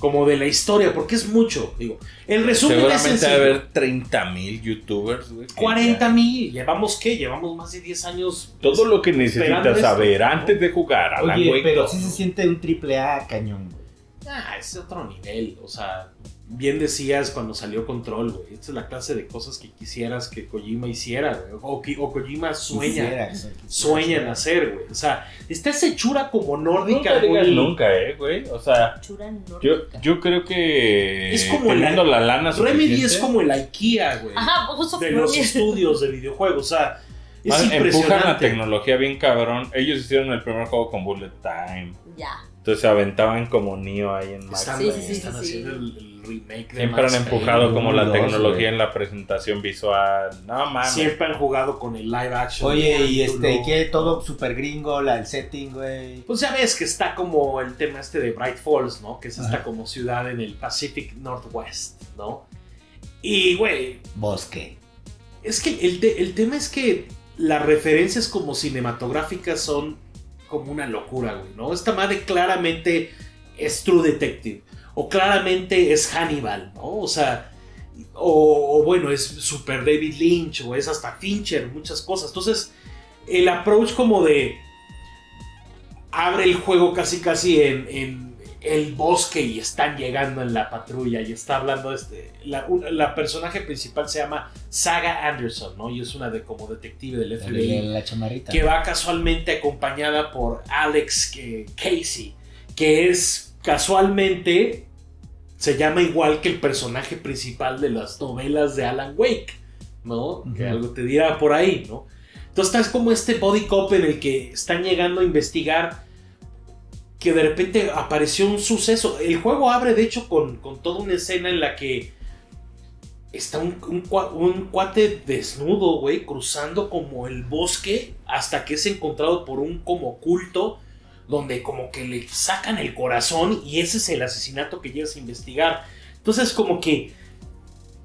B: como de la historia, porque es mucho. Digo, el resumen es
C: Seguramente va a
B: sencillo.
C: haber 30 mil youtubers, güey. que
B: 40
C: ya-
B: mil. ¿Llevamos qué? Llevamos más de 10 años. pues,
C: Todo lo que
B: Esperando
C: necesitas
B: esto,
C: saber
B: ¿no?
C: antes de jugar a la
A: Oye,
C: Wake
A: pero
C: 2.
A: sí se siente un triple A cañón, güey.
B: Ah, es otro nivel. O sea, bien decías cuando salió Control, güey. Esta es la clase de cosas que quisieras que Kojima hiciera, güey. O, que- o Kojima sueña.
A: Quisiera, o sea, quisiera.
B: sueñan hacer, güey. O sea, está esa hechura como nórdica,
C: Nunca digas
B: güey.
C: nunca, eh, güey. O sea,
E: Chura
C: yo,
E: nórdica.
C: yo creo que
B: Es como
C: teniendo la, lana
B: Remedy
C: suficiente,
B: es como el IKEA, güey.
E: Ajá, justo
B: De
E: fue-
B: los este estudios de videojuegos. O sea, es
C: más, empujan la
B: impresionante.
C: tecnología bien cabrón. Ellos hicieron el primer juego con bullet time.
E: Ya.
C: Entonces se aventaban como Neo ahí en Max.
B: Están,
E: Sí, sí, sí,
B: están
E: sí,
B: haciendo
E: sí.
B: el, el remake de
C: Siempre han
B: Max
C: empujado
A: Payne,
C: como la
A: Doom dos,
C: tecnología
A: güey.
C: en la presentación visual. No
B: Payne.
C: mames.
B: Siempre han jugado con el live action.
A: Oye, y
B: Tú
A: este,
B: no-
A: que todo super gringo, la, el setting, güey.
B: Pues ya ves que está como el tema este de Bright Falls, ¿no? Que es esta
A: Ajá.
B: como ciudad en el Pacific Northwest, ¿no? Y, güey,
A: Bosque.
B: Es que el, te- el tema es que las referencias como cinematográficas son como una locura, güey, ¿no? Esta madre claramente es True Detective, o claramente es Hannibal, ¿no? O sea, o, o bueno, es Super David Lynch, o es hasta Fincher, muchas cosas. Entonces, el approach como de abre el juego casi casi en, en el bosque y están llegando en la patrulla y está hablando este la, una- la personaje principal se llama Saga Anderson no y es una de como detective del
A: La,
B: FBI
A: la chamarrita.
B: que va casualmente acompañada por Alex que- Casey, que es casualmente, se llama igual que el personaje principal de las novelas de Alan Wake, ¿no? Que
A: Ujú.
B: algo te dirá por ahí, ¿no? Entonces es como este body cop en el que están llegando a investigar que de repente apareció un suceso. El juego abre, de hecho, con, con toda una escena en la que está un, un cua- un cuate desnudo, güey, cruzando como el bosque hasta que es encontrado por un como culto donde como que le sacan el corazón y ese es el asesinato que llegas a investigar. Entonces como que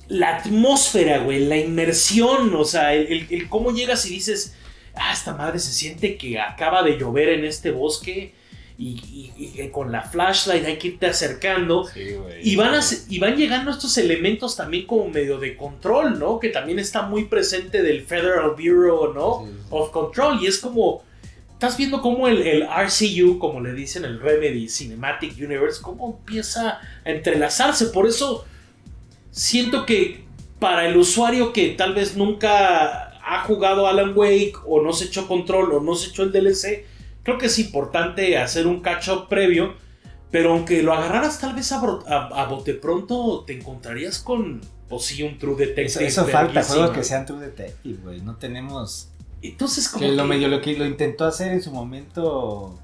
B: la atmósfera, güey, la inmersión, o sea, el, el- el cómo llegas y dices, ah, esta madre se siente que acaba de llover en este bosque y, y- y con la flashlight hay que irte acercando.
C: Sí, güey.
B: Y van, a se- y van llegando estos elementos también como medio de control, ¿no? Que también está muy presente del Federal Bureau, ¿no?
A: Sí, sí.
B: Of Control. Y es como, estás viendo cómo el, el RCU, como le dicen el Remedy Cinematic Universe, cómo empieza a entrelazarse. Por eso siento que para el usuario que tal vez nunca ha jugado Alan Wake o no se echó Control o no se echó el DLC, creo que es importante hacer un catch-up previo. Pero aunque lo agarraras tal vez a, bro- a- a bote pronto, te encontrarías con, o sí, un True Detective.
A: Eso, eso falta,
B: verguísima.
A: juegos que sean True Detective, güey. No tenemos.
B: Entonces, como
A: Que lo
B: que-
A: medio lo que lo intentó hacer en su momento.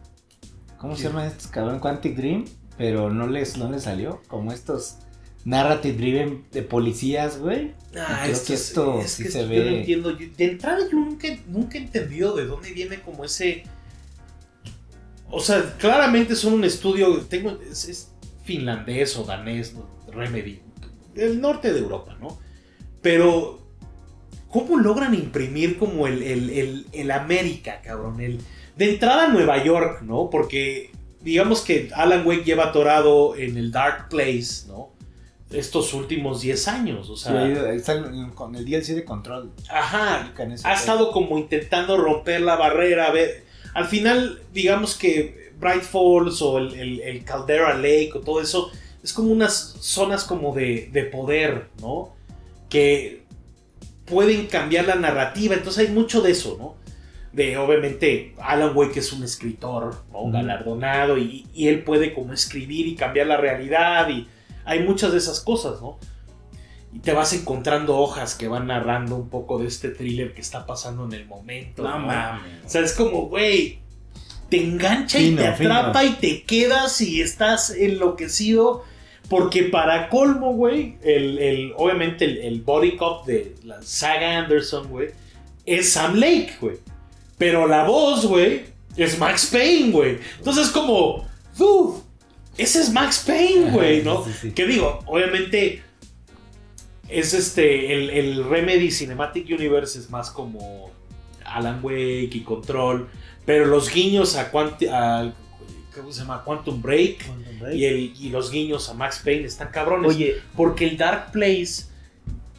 A: ¿Cómo se
B: Sí.
A: llaman estos cabrón? Quantic Dream, pero no les, no les salió. Como estos narrative driven de policías, güey.
B: Ah,
A: Creo
B: esto
A: que
B: es-
A: esto
B: es
A: sí
B: que
A: se
B: esto
A: ve.
B: Yo no entiendo. Yo- de entrada yo nunca, nunca he entendido de dónde viene como ese... O sea, claramente son un estudio... Tengo, es, es finlandés o danés, ¿no? Remedy. Del norte de Europa, ¿no? Pero... ¿Cómo logran imprimir como el, el- el- el América, cabrón? El, de entrada Nueva York, ¿no? Porque digamos que Alan Wake lleva atorado en el Dark Place, ¿no? Estos últimos 10 años, o sea...
A: Sí, ahí están con el DLC de control.
B: Ajá,
A: aplican eso,
B: ha
A: güey.
B: estado como intentando romper la barrera. a ver, al final, digamos que Bright Falls o el, el- el Caldera Lake o todo eso, es como unas zonas como de, de poder, ¿no? Que pueden cambiar la narrativa. Entonces hay mucho de eso, ¿no? De obviamente Alan Wake es un escritor, ¿no?
A: Ujú.
B: Galardonado y, y él puede como escribir y cambiar la realidad y hay muchas de esas cosas, ¿no? y te vas encontrando hojas que van narrando un poco de este thriller que está pasando en el momento.
C: No
B: ¿no?
C: mames.
B: O sea, es como, güey, te engancha
A: Fino,
B: y te atrapa y te quedas y estás enloquecido. Porque para colmo, güey, el, el- obviamente el, el body cop de la saga Anderson, güey, es Sam Lake, güey. Pero la voz, güey, es Max Payne, güey. Entonces como, ¡uf! Ese es Max Payne, güey, ¿no?
A: Sí, sí, sí.
B: Que digo, obviamente es este, el, el Remedy Cinematic Universe es más como Alan Wake y Control, pero los guiños a, Quanti- a- ¿cómo se llama? Quantum Break y, el- y los guiños a Max Payne están cabrones.
A: Oye,
B: Porque el Dark Place,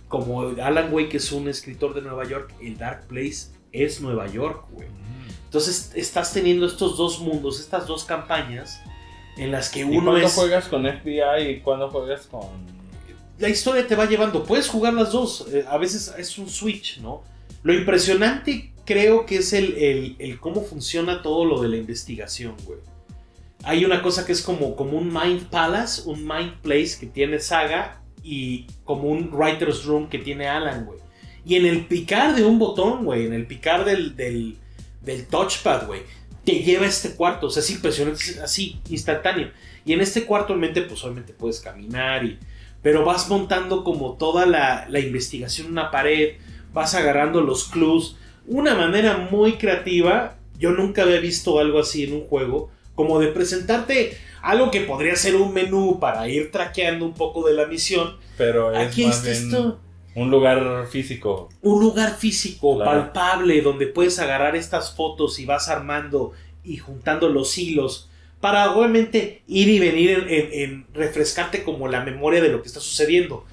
B: como Alan Wake es un escritor de Nueva York, el Dark Place es Nueva York, güey. Entonces estás teniendo estos dos mundos, estas dos campañas en las que
C: ¿Y
B: uno
C: cuándo
B: es...
C: juegas con FBI y cuándo juegas con.?
B: la historia te va llevando. Puedes jugar las dos. eh, a veces es un switch, ¿no? Lo impresionante creo que es el, el- el cómo funciona todo lo de la investigación, güey. Hay una cosa que es como, como un Mind Palace, un Mind Place que tiene Saga y como un Writer's Room que tiene Alan, güey. Y en el picar de un botón, güey, en el picar del, del, del touchpad, güey, te lleva a este cuarto. O sea, es impresionante, es así, instantáneo. Y en este cuarto, obviamente, pues obviamente puedes caminar y, pero vas montando como toda la, la investigación en una pared, vas agarrando los clues, una manera muy creativa, yo nunca había visto algo así en un juego, como de presentarte algo que podría ser un menú para ir traqueando un poco de la misión.
C: Pero es
B: Aquí
C: más
B: está
C: bien
B: esto,
C: un lugar físico.
B: un lugar físico,
C: Claro.
B: palpable, donde puedes agarrar estas fotos y vas armando y juntando los hilos. Para obviamente ir y venir en, en- en refrescarte como la memoria de lo que está sucediendo.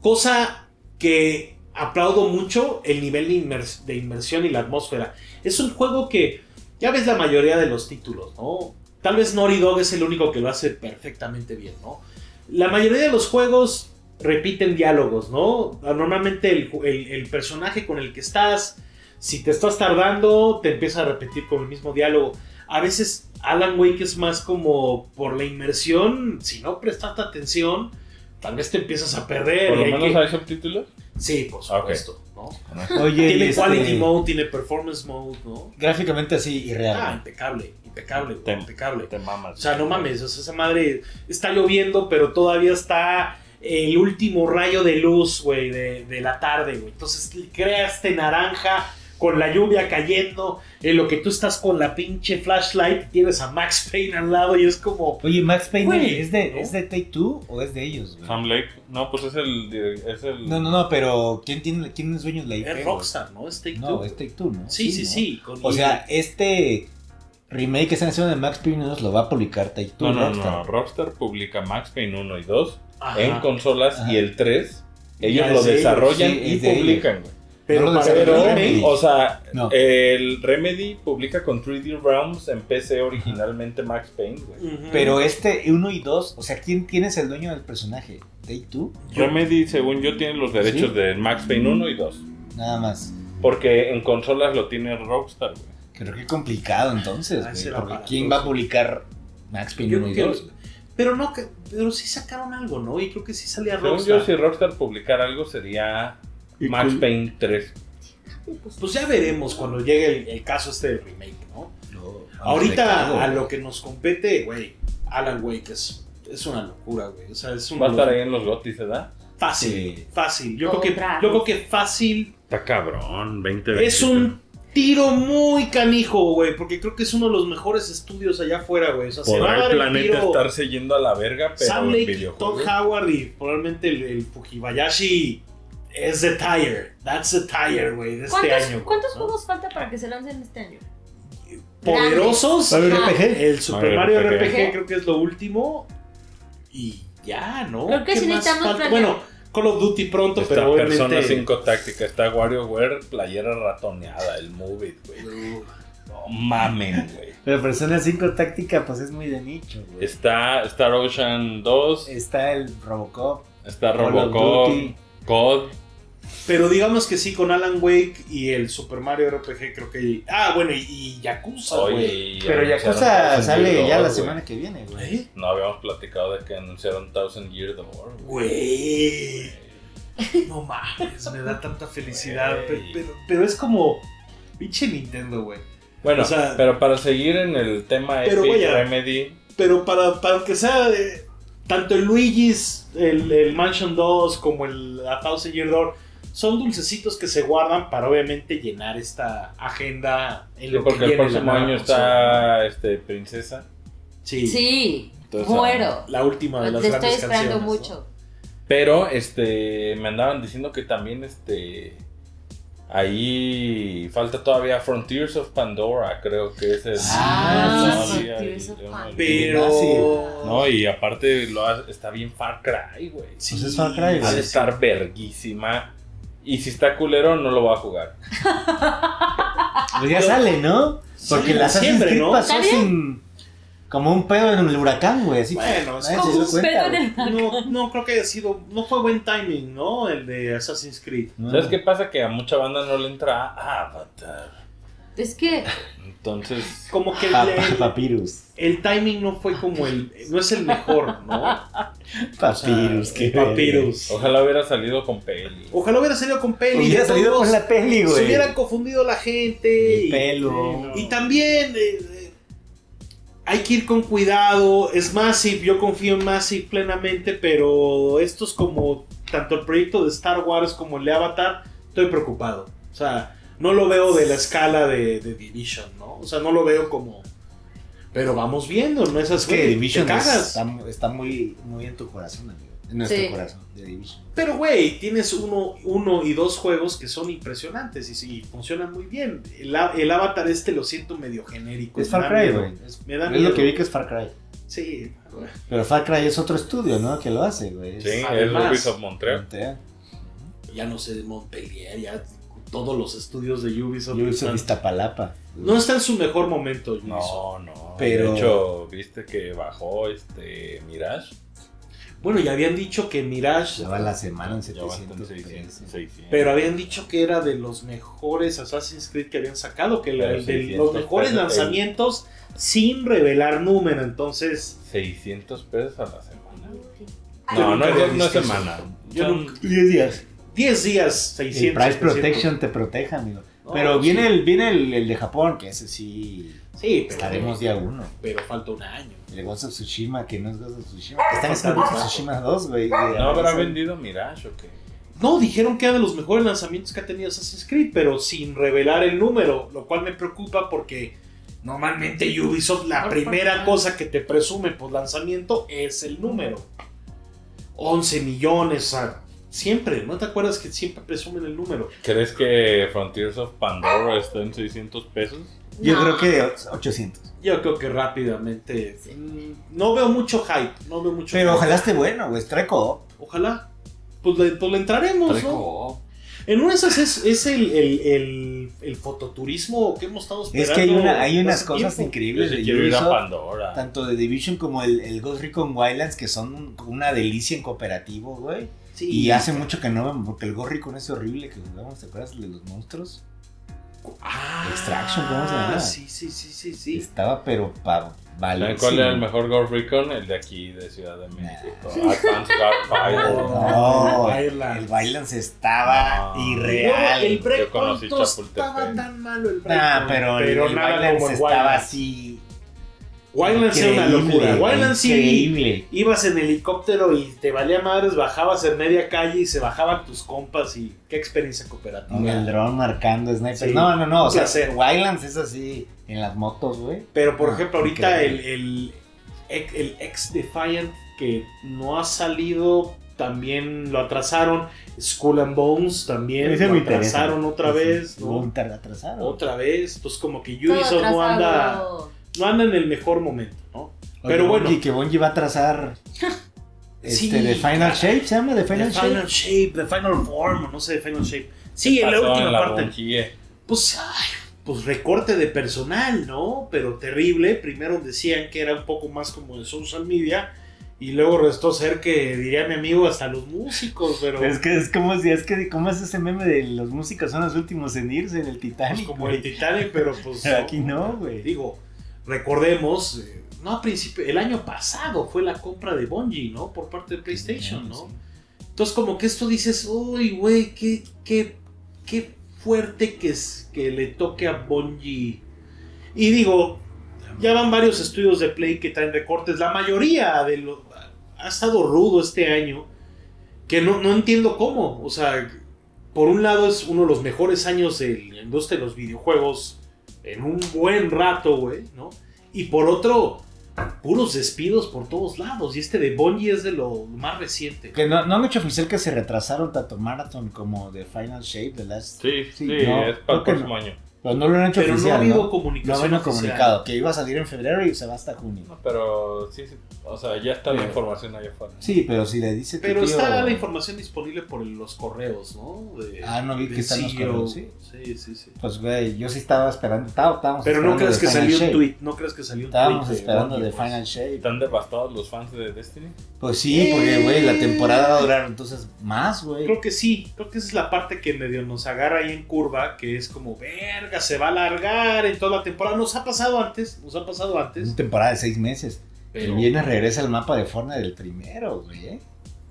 B: Cosa que aplaudo mucho el nivel de, inmers- de inmersión y la atmósfera. Es un juego que ya ves la mayoría de los títulos, ¿no? Tal vez Naughty Dog es el único que lo hace perfectamente bien, ¿no? La mayoría de los juegos repiten diálogos, ¿no? Ah, Normalmente el, ju- el- el personaje con el que estás, si te estás tardando, te empieza a repetir con el mismo diálogo. A veces Alan Wake es más como por la inmersión, si no prestaste atención, tal vez te empiezas a perder.
C: Por lo
B: y hay
C: menos
B: que-
C: hay subtítulos.
B: Sí, por
C: Ah, ok.
B: supuesto, ¿no?
A: *laughs* oye.
B: tiene
A: y este,
B: quality mode, tiene performance mode, ¿no?
A: Gráficamente así, irreal.
B: Ah, impecable, impecable, güey,
C: Te-
B: impecable.
C: Te mamas.
B: O sea, no mames, o sea, esa madre está lloviendo, pero todavía está el último rayo de luz, güey, de, de la tarde, güey. Entonces le crea este naranja con la lluvia cayendo, en lo que tú estás con la pinche flashlight, tienes a Max Payne al lado y es como...
A: Oye, Max Payne,
B: Güey,
A: ¿es, de,
B: ¿no? Ah.
A: ¿es de Take Two o es de ellos? güey?
C: Sam Lake. No, pues es el. dire- Es el...
A: No, no, no, pero ¿quién, tiene, quién es dueño de la IP?
B: Es
A: güey?
B: Rockstar, ¿no? Es Take
A: No,
B: Two.
A: es Take Two, ¿no?
B: Sí, sí,
A: ¿no?
B: sí. con-
A: O
B: y-
A: sea, este remake que están haciendo de Max Payne 2 lo va a publicar Take Two
C: No, no,
A: Rockstar.
C: no. Rockstar publica Max Payne 1 y 2
B: Ajá.
C: en consolas
A: Ajá.
C: y el 3. Ellos
B: Ya
C: lo
B: es de ellos,
C: desarrollan
A: sí,
C: y
A: es de ellos.
C: publican, güey.
B: pero
A: no lo
B: para ¿eh? el
A: desarrolló
C: Pero,
B: remake,
A: Remedy.
C: o sea,
A: No.
C: el Remedy publica con 3D Realms en PC originalmente Max Payne, güey.
B: Ujú.
A: Pero este 1 y 2, o sea, ¿quién, quién es el dueño del personaje? Take Two,
C: Remedy, según yo, tiene los derechos
A: ¿Sí?
C: de Max Payne 1 y 2.
A: nada más.
C: Porque en consolas lo tiene Rockstar, güey.
A: Creo que complicado entonces,
B: Ah,
A: güey,
B: será
A: porque
B: para
A: ¿quién
B: todos.
A: va a publicar Max Payne
B: Yo
A: 1 y
B: creo que-
A: 2? güey?
B: Pero no, que- pero sí sacaron algo, ¿no? Y creo que sí salía
C: Según
B: Rockstar.
C: yo, si Rockstar publicara algo sería Max Payne 3.
B: Pues ya veremos cuando llegue el, el caso este del remake, ¿no?
A: No, vamos
B: Ahorita
A: recado,
B: a
A: güey.
B: lo que nos compete, güey, Alan Wake es, es una locura, güey. O sea, es un
C: Va a estar ahí en los gotis, ¿verdad?
B: fácil,
A: Sí.
B: fácil. Yo creo, que,
E: Otra
B: yo creo que fácil
C: Está cabrón, 20
B: es un tiro muy canijo, güey, porque creo que es uno de los mejores estudios allá afuera, güey. O sea, se va a
C: Podrá
B: dar
C: el
B: el
C: planeta
B: tiro
C: estarse yendo a la verga, pero
B: Sam
C: en
B: Lake, Todd
C: videojuegos.
B: Howard y probablemente el, el Fujibayashi es the tire. That's the tire, güey, de este
E: ¿Cuántos,
B: año. güey,
E: cuántos
B: ¿no?
E: juegos falta para que se lancen este año?
B: poderosos.
A: ¿Va a haber
E: Ah,
A: RPG?
B: El Super
C: Mario
B: Mario
C: RPG.
B: RPG. creo que es lo último. Y ya, ¿no?
E: Creo que
B: ¿Qué
E: sí
B: más
E: necesitamos
B: falta?
E: planear.
B: Bueno, Call of Duty pronto,
C: Está
B: pero
C: Persona
B: obviamente.
C: 5 Táctica, está WarioWare, playera ratoneada, el Move It, güey. No mamen, güey.
A: Pero Persona 5 Táctica, pues es muy de nicho, güey.
C: Está Star Ocean 2,
A: Está el Robocop,
C: está
A: Call of
C: Robocop,
A: Duty.
C: COD.
B: Pero digamos que sí, con Alan Wake y el Super Mario RPG, creo que. Ah, bueno, y, y Yakuza, güey.
C: Hoy
A: Pero
C: anunciaron
A: Yakuza
C: Thousand
A: sale
C: Year
A: ya
C: Door,
A: la
C: güey.
A: semana que viene, güey.
B: ¿Eh?
C: No habíamos platicado de que anunciaron Thousand Year Door, güey.
B: Güey. No mames, me da tanta felicidad. pe- Pero, pero es como. Pinche Nintendo, güey.
C: Bueno,
B: O sea-
C: pero para seguir en el tema
B: Pero
C: Epic
B: vaya.
C: Remedy,
B: Pero para, para que sea. eh, tanto el Luigi's, el, el Mansion 2, como el A Thousand Year Door. Son dulcecitos que se guardan para obviamente llenar esta agenda en lo que
C: porque el
B: viene la
C: próximo
B: nueva
C: año
B: consola,
C: está este, Princesa.
B: ¿no? Sí,
E: Sí,
C: Entonces,
E: muero.
B: La última de las
E: Te estoy
B: grandes
E: esperando
B: canciones, ¿no?
E: mucho.
C: Pero este me andaban diciendo que también este ahí falta todavía Frontiers of Pandora, creo que es el
B: Ah,
C: no,
B: sí,
C: sí,
E: Frontiers
C: ahí,
E: of
C: yo no-
E: Pandora.
B: Pero.
A: Ah, sí.
C: no, y aparte lo ha- está bien Far Cry, güey.
B: Sí,
A: Pues es Far Cry,
C: Ha
A: güey.
C: de estar verguísima. Y si está culero, no lo voy a jugar.
A: Pues ya sale, ¿no? Porque
B: Sí,
A: la Assassin's
B: siempre,
A: Creed
B: ¿no?
A: pasó
E: ¿Está bien?
A: sin... Como un pedo en el huracán, güey. Así
B: Bueno,
A: nadie
B: es
A: se
B: como
A: dio
B: un
A: cuenta,
E: pedo en
A: güey.
E: el-
B: No, no creo que haya sido. No fue buen timing, ¿no? El de Assassin's Creed.
A: No.
C: ¿Sabes qué pasa? Que a mucha banda no le entra Avatar.
E: Es que
C: Entonces,
B: Como que el,
A: Pa-
C: *laughs*
A: pa-
B: el-
A: papyrus.
B: el timing no fue como el. No es el mejor, ¿no?
A: Papyrus,
B: que
A: qué
B: Papyrus.
C: ojalá hubiera salido con peli.
B: Ojalá hubiera salido con
A: verga.
B: peli.
A: Hubiera
B: de
A: salido
B: todos
A: con la peli,
B: Se
A: güey.
B: hubieran confundido la gente.
A: El
B: y-
A: pelo.
B: Y también eh, eh, hay que ir con cuidado. Es Massive, yo confío en Massive plenamente, pero estos como tanto el proyecto de Star Wars como el de Avatar, estoy preocupado. O sea, no lo veo de la escala de, de Division, ¿no? O sea, no lo veo como... Pero vamos viendo, ¿no? Esas
A: Es que Division
B: te cagas.
A: está, está muy, muy en tu corazón, amigo. En nuestro
E: Sí.
A: corazón, de Division.
B: Pero, güey, tienes uno, uno y dos juegos que son impresionantes y, sí, funcionan muy bien. El, a- el Avatar este lo siento medio genérico.
A: Es
B: me
A: Far
B: da
A: Cry,
B: miedo.
A: güey.
B: Me da
A: Es lo
B: miedo.
A: que vi que es Far Cry.
B: Sí, güey.
A: Pero Far Cry es otro estudio, ¿no? Que lo hace, güey.
C: Sí, es
B: Además-
C: Ubisoft Montreal.
A: Montreal.
B: ya no sé, de Montpellier, ya todos los estudios de Ubisoft.
A: Ubisoft
B: están-
A: Iztapalapa.
B: no está en su mejor momento, Ubisoft.
C: No, no.
A: Pero-
C: De hecho, viste que bajó este Mirage.
B: Bueno, ya habían dicho que Mirage,
A: Ya va la semana en
C: Ya va hasta en
A: 700
C: 600,
A: pesos.
C: 600.
B: pero habían dicho que era de los mejores Assassin's Creed que habían sacado, que la-
C: Pero
B: de
C: 600
B: los mejores
C: pesos,
B: lanzamientos sin revelar número, entonces...
C: 600 pesos a la semana.
B: Yo
C: No, no,
B: nunca
C: es-
B: había
C: no es
B: visto eso.
C: semana.
B: Yo
C: Son-
B: nunca-
A: 10 días.
B: 10 días,
A: El
B: 600.
A: Price
B: 700.
A: Protection te proteja, amigo.
B: No,
A: Pero
B: sí.
A: viene, el, viene el, el de Japón, que ese sí.
B: Sí, pero,
A: Estaremos día uno.
B: pero falta un año.
A: El de Ghost of Tsushima, que no es Ghost of Tsushima. Que están haciendo
B: Falta
A: Ghost of
B: más.
A: Tsushima 2, güey.
C: ¿No habrá vendido Mirage o qué?
B: No, dijeron que era de los mejores lanzamientos que ha tenido Assassin's Creed, pero sin revelar el número, lo cual me preocupa porque normalmente Ubisoft la
E: Por
B: primera
E: favor.
B: cosa que te presume por lanzamiento es el número. 11 millones, o sea, siempre, ¿no te acuerdas que siempre presumen el número?
C: ¿Crees que Frontiers of Pandora está en 600 pesos?
A: Yo
E: No.
A: creo que de 800.
B: Yo creo que rápidamente... mm, No veo mucho hype, no veo mucho
A: Pero
B: hype.
A: ojalá esté bueno, güey. Treco.
B: Ojalá. Pues le, pues le entraremos, ¿no?
C: Treco.
B: En una de esas es, es el, el, el- el fototurismo que hemos estado esperando.
A: Es que hay, una, hay unas
B: hace
A: cosas
B: tiempo.
C: Yo
A: increíbles
C: sí
A: de
C: quiero ir a
A: Ubisoft.
C: Pandora.
A: Tanto de Division como el, el Ghost Recon Wildlands, que son un- una delicia en cooperativo, güey.
B: Sí.
A: Y hace mucho que no, porque el Ghost Recon es horrible que jugamos, ¿te acuerdas? El de los monstruos.
B: Ah,
A: Extraction, ¿cómo se llama?
B: Sí, sí, sí, sí, sí.
A: Estaba, pero para
C: ¿Saben
A: valer.
C: cuál era el mejor Ghost Recon? El de aquí, de Ciudad de México. Ah, Advanced
A: *laughs*
C: Warfighter.
A: No,
B: Wildlands.
A: Oh, el Wildlands estaba
C: No.
A: irreal.
B: Luego, el
C: Yo conocí
B: break no estaba
C: Chapultepec.
B: tan malo el break.
A: Nah, Ah, pero, el- el
B: nada
A: Wildlands
B: como el
A: estaba
B: Wildlands.
A: así.
B: Wildlands era una
A: increíble,
B: locura. Wildlands sí.
A: Increíble.
B: Ibas en helicóptero y te valía madres, bajabas en media calle y se bajaban tus compas y qué experiencia cooperativa.
A: Con el dron marcando sniper.
B: Sí.
A: No, no, no. O
B: Un
A: sea,
B: placer.
A: Wildlands es así en las motos, güey.
B: Pero por
A: Ah,
B: ejemplo, ahorita el,
A: increíble.
B: el, ex- el ex Defiant que no ha salido, también lo atrasaron. Skull and Bones también
A: Ese
B: lo
A: me interesa.
B: atrasaron otra
A: Ese,
B: vez,
A: lo
B: ¿no?
A: inter- atrasaron.
B: Otra vez. Pues como que
E: todo
B: Ubisoft no anda,
E: atrasado.
B: no anda en el mejor momento, ¿no?
A: Oye,
B: Pero bueno.
A: Bungie, que Bungie va a
B: *laughs*
A: trazar.
B: Sí,
A: Este, de Final
B: caray.
A: Shape, ¿se llama? De
B: The
A: Final Shape.
B: Final Shape, The Final Form, o no sé, The Final Shape. Sí, en la
C: Pasó
B: última
C: en la
B: parte.
C: Bungie.
B: Pues, ay, pues recorte de personal, ¿no? Pero terrible. Primero decían que era un poco más como de social media. Y luego restó ser que, diría mi amigo, hasta los músicos, pero
A: Es que es como si, es que, ¿cómo es ese meme de los músicos son los últimos en irse en el
B: pues,
A: Titanic?
B: como
A: güey?
B: el Titanic, pero
A: *laughs*
B: pues.
A: Aquí no, güey.
B: Digo, recordemos, eh, no a principio, el año pasado fue la compra de Bungie, ¿no? Por parte de PlayStation, ¿no? Entonces, como que esto dices, uy, güey, qué, qué, qué fuerte que, es, que le toque a Bungie. Y digo, ya van varios estudios de Play que traen recortes. La mayoría de los. Ha estado rudo este año. Que no, no entiendo cómo. O sea, por un lado es uno de los mejores años de la industria de los videojuegos. En un buen rato, güey, ¿no? Y por otro, puros despidos por todos lados. Y este de Bungie es de lo más reciente.
A: Que no, no han hecho oficial que se retrasaron tanto Marathon como de Final Shape, de Last.
C: Sí,
A: Sí,
C: sí,
A: no,
C: es
A: creo
C: para
A: que
C: el próximo
A: no.
C: año.
A: Pero no lo han hecho
B: Pero no ha
A: oficial.
B: habido
A: No
B: comunicación.
A: habían
B: oficial.
A: comunicado que iba a salir en febrero y se va hasta junio.
C: No, pero sí, sí, o sea, ya está la información allá afuera.
A: Sí, pero si le dice tu
B: Pero
A: tío-
B: está la información disponible por los correos, ¿no? De-
A: Ah, no vi que
B: del
A: están los
B: CEO.
A: correos, ¿sí?
B: Sí, sí, sí.
A: Pues güey, yo sí estaba esperando, estaba- estábamos
B: Pero no
A: esperando de
B: crees que
A: Final
B: salió un
A: Shape.
B: tweet, no crees que salió un tweet.
A: Estábamos esperando
B: Bungie,
A: de
B: pues?
A: Final Shape.
C: ¿Están devastados los fans de Destiny?
A: Pues sí, porque güey, la temporada va a durar entonces más, güey.
B: Creo que sí, creo que esa es la parte que medio nos agarra ahí en curva, que es como, verga, se va a alargar en toda la temporada. Nos ha pasado antes, nos ha pasado
A: Es
B: antes.
A: temporada de seis meses. El
B: Pero
A: viernes regresa el mapa de Fortnite del primero, güey. ¿eh?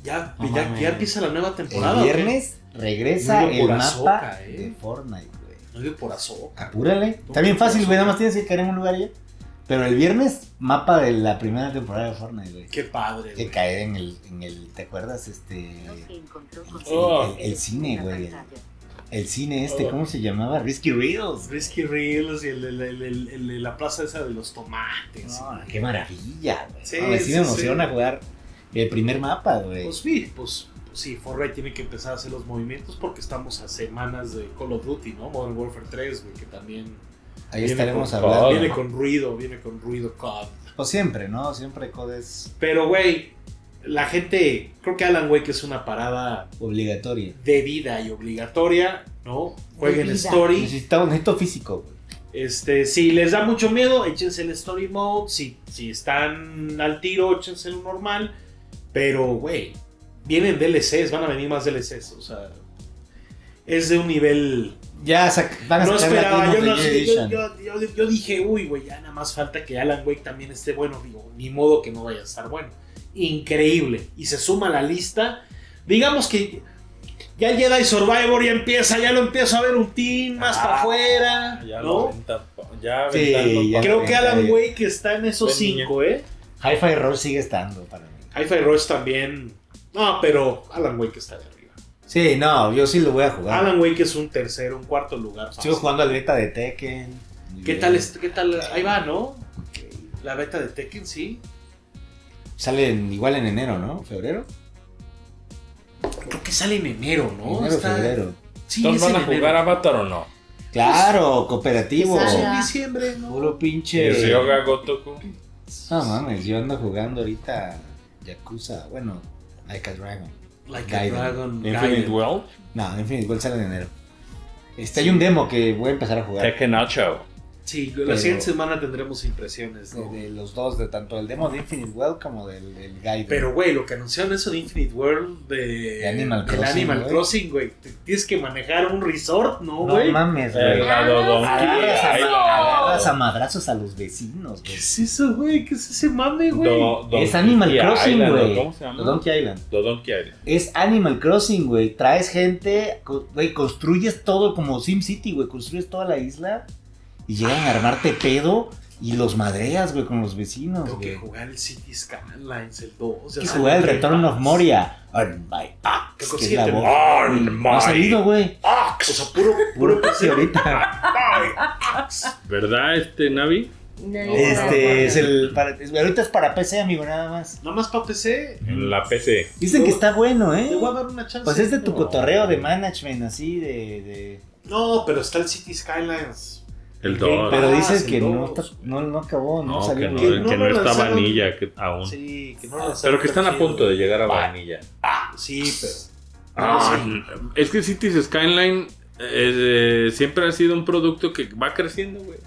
B: ya,
C: No
B: ya,
C: mames.
B: ya empieza la nueva temporada.
A: El viernes regresa
B: Yo digo
A: el
B: por
A: mapa
B: Ahsoka, ¿eh?
A: de Fortnite, güey.
B: güey. No digo por Azoka.
A: Apúrale. Está bien fácil, güey. Nada más tienes que caer en un lugar y ya. Pero el viernes, mapa de la primera temporada de Fortnite, güey.
B: Qué padre,
A: Que
B: güey.
A: caer en el, en el, ¿te acuerdas? Este,
C: Oh.
A: el, el cine, güey. El, el cine este, ¿cómo se llamaba? Risky Reels.
B: Risky Reels y el, el- el- el- el de la plaza esa de los tomates.
A: No, qué maravilla, güey.
B: Sí,
A: No, güey, sí,
B: sí,
A: me emociona
B: sí.
A: jugar el primer mapa, güey.
B: Pues sí, pues, pues sí, Fortnite tiene que empezar a hacer los movimientos porque estamos a semanas de Call of Duty, ¿no? Modern Warfare 3, güey, que también
A: Ahí
B: viene
A: estaremos
B: con-
A: hablando.
B: viene con ruido, viene con ruido COD.
A: Pues siempre, ¿no? Siempre COD es
B: Pero, güey, la gente, creo que Alan Wake es una parada
A: obligatorio.
B: debida y obligatoria, ¿no? Jueguen
E: Debida.
B: Story.
A: Necesitamos necesito físico, güey.
B: Este, si les da mucho miedo, échense el Story Mode. Si, si están al tiro, échense el normal. Pero, güey, vienen DLCs, van a venir más DLCs. O sea, es de un nivel
A: Ya sac- van a
B: no
A: sacar la
B: esperaba,
A: Game
B: yo,
A: of the
B: no-
A: Year
B: yo-
A: Edition.
B: yo- yo- yo dije, uy, güey, ya nada más falta que Alan Wake también esté bueno. Digo, ni modo que no vaya a estar bueno. Increíble. Y se suma a la lista. Digamos que ya el Jedi Survivor ya empieza, ya lo empiezo a ver un team más para afuera.
C: Ah, Ya lo
B: ¿no?
C: aventa- ya
A: Sí,
C: aventaron
A: ya.
C: pa-
B: Creo que Alan
A: Ahí.
B: Wake está en esos
C: Buen niño.
B: cinco, ¿eh?
A: Hi-Fi Roll sigue estando para mí.
B: Hi-Fi Rush también. No, pero Alan Wake está de arriba.
A: Sí, no, yo sí lo voy a jugar.
B: Alan Wake es un tercero, un cuarto lugar.
A: Sigo
B: fácil.
A: jugando al beta de Tekken. Muy
B: ¿Qué
A: bien.
B: tal? es- ¿Qué tal? Ahí va, ¿no? La beta de Tekken, sí.
A: Sale en- igual en enero, ¿no? ¿Febrero?
B: Creo que sale en enero, ¿no?
A: enero,
B: Está-
A: febrero.
B: Sí,
C: ¿Entonces
B: es
C: van a
B: en
C: jugar
B: enero.
C: Avatar o no?
A: Claro, cooperativo.
B: Pues
D: Salga.
B: en diciembre, ¿no?
A: Puro pinche.
C: Y Ryoga Gotoku.
A: No mames, yo ando jugando ahorita Yakuza. Bueno, Like a Dragon.
B: Like
A: Gaiden.
B: a Dragon.
C: Infinite
B: Gaiden.
C: World.
A: No, en fin, igual sale en enero. Este, hay un demo que voy a empezar a jugar.
C: Tekken 8.
B: Sí,
A: Pero-
B: la siguiente semana tendremos impresiones,
A: De,
B: ¿no?
A: de los dos, de tanto el demo de Infinite Well como del, del Gaiden.
B: Pero, güey, lo que anunciaron eso de Infinite World de,
A: De Animal
B: del
A: Crossing,
B: Animal
A: güey.
B: Crossing, güey. Te- Tienes que manejar un resort, ¿no,
A: no
B: güey?
A: mames, güey.
C: El lado Donkey.
A: Agarras a,
C: Ay,
A: agarras a madrazos a los vecinos,
B: ¿Qué
A: güey.
B: es eso, güey? ¿Qué es ese mame, güey?
C: Do- Donkey
A: Es Animal Crossing,
C: Island,
A: güey.
C: ¿Cómo se llama?
A: Donkey Island.
C: Do Donkey Island.
A: Es Animal Crossing, güey. Traes gente, co- güey, construyes todo como SimCity, güey. Construyes toda la isla y llegan a armarte pedo y los madreas, güey, con los vecinos,
B: Tengo que
A: güey.
B: jugar el City Skylines, el 2.
A: Y jugar el Return of Moria. On my
B: Creo
A: axe,
B: que
A: que es
B: sí,
A: la
B: te-
A: voz.
C: On
A: No ha
C: my
A: salido, güey.
B: O sea,
A: Puro
B: puro, puro
A: pase
B: *laughs*
A: ahorita.
C: ¿Verdad, este Navi?
E: Nadie
A: Este es
E: sabe.
A: el. para- es- ahorita es para PC, amigo, nada más.
B: Nada más para PC.
C: En la PC.
A: Dicen que está bueno, ¿eh?
B: Le voy a dar una chance.
A: Pues es de tu
B: No.
A: cotorreo de management, así de. de-
B: No, pero está el City Skylines.
C: El
B: Game
C: 2.
A: Pero
B: Ah,
A: dices
B: sí,
A: que no,
B: no.
A: está- no, no acabó, no,
C: No,
A: salió.
C: que no,
A: bien.
B: no
C: que no
B: lo
C: está
B: lanzaron.
C: vanilla que- aún.
B: Sí, que no lo
C: Pero que están a punto de llegar a
B: Va.
C: vanilla.
B: Sí, pero.
C: Ah,
B: Sí.
C: Es que Cities Skyline eh, eh, siempre ha sido un producto que va creciendo, güey.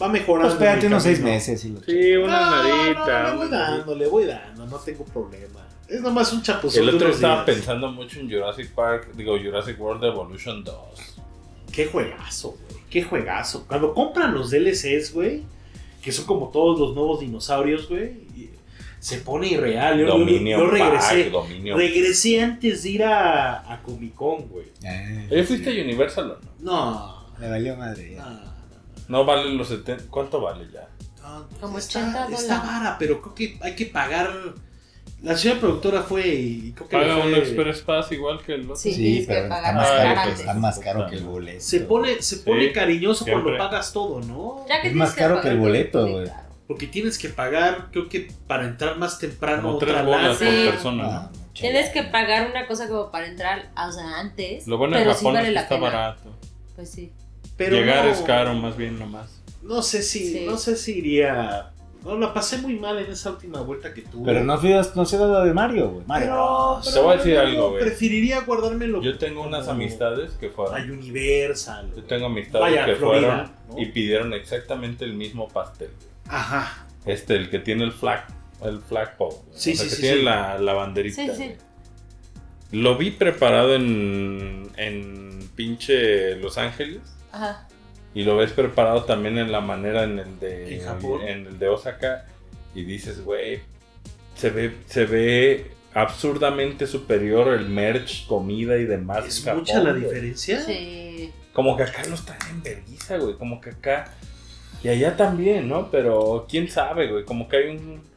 B: Va mejorando.
A: Pues espérate
B: mi
A: unos seis
B: camino.
A: meses y lo
C: Sí, una
B: No,
C: narita.
B: no, le voy dando, le voy dando, no tengo problema. Es nomás un chapuzón.
C: El
B: de
C: otro
B: unos
C: estaba
B: días.
C: pensando mucho en Jurassic Park, digo Jurassic World Evolution 2.
B: Qué juegazo, güey. Qué juegazo. Cuando compran los DLCs, güey, que son como todos los nuevos dinosaurios, güey. y- se pone irreal. Yo, yo-
C: Dominio
B: yo regresé.
C: Pack, Dominio
B: Regresé antes de ir a, a Comic Con, güey.
A: Ah,
C: ¿Eh, fuiste a Universal o no?
B: No,
A: me valió madre.
B: no,
A: ya.
B: no.
C: No vale los 70. ¿Cuánto vale ya?
B: no,
E: Como
B: está,
E: 80
B: está
E: dólares.
B: vara, pero creo que hay que pagar. La señora productora fue y creo que
C: Paga
B: fue-
C: un Express Pass igual que el otro.
E: Sí, tienes que
A: está
E: pagar
A: más,
E: más
C: Ah,
A: caro,
E: caro.
A: que, está más caro que el boleto.
B: Se pone, se pone
C: Sí,
B: cariñoso cuando
C: siempre.
B: pagas todo, ¿no?
E: Ya que
A: Es
E: tienes
A: más
E: que
A: caro que el
E: pagar,
A: boleto,
E: sí,
A: güey.
E: claro.
B: Porque tienes que pagar, creo que para entrar más temprano
C: Como
B: otra
C: tres bolas por
B: lana.
E: Sí.
A: No,
C: persona. ¿no?
A: no, chale.
E: Tienes que pagar una cosa como para entrar, o sea, antes.
C: Lo bueno en
E: pero sí
C: Japón
E: vale
C: es que
E: la
C: está
E: pena.
C: barato.
E: Pues sí.
B: Pero
C: Llegar
B: no-
C: es caro, más bien nomás.
B: No sé si,
E: Sí.
B: no sé si iría. No, la pasé muy mal en esa última vuelta que tuve.
A: Pero no fui a, no sé lo de Mario, güey. Mario.
B: Pero,
C: Te
B: pero
C: voy a decir
B: yo
C: algo, güey.
B: Preferiría guardármelo.
C: Yo tengo unas
B: como
C: amistades que
B: A
C: fueron.
B: Universal.
C: Yo
B: güey.
C: tengo amistades
B: Vaya,
C: que
B: Florida,
C: fueron
B: ¿no?
C: y pidieron exactamente el mismo pastel.
B: Ajá.
C: Este, el que tiene el flag, el flagpole.
B: Sí,
C: o sea,
B: sí,
C: que
B: sí,
C: tiene
B: sí.
C: La, la banderita.
E: Sí, sí.
C: güey. Lo vi preparado en, en pinche Los Ángeles.
E: Ajá.
C: Y lo ves preparado también en la manera en el de,
B: En Japón.
C: en el de Osaka. Y dices, güey, se ve, se ve absurdamente superior el merch, comida y demás.
B: ¿Es
C: en Japón,
B: mucha la
C: güey.
B: diferencia?
E: Sí.
C: Como que acá no están en vergüenza, güey. Como que acá. Y allá también, ¿no? Pero quién sabe, güey. Como que hay un.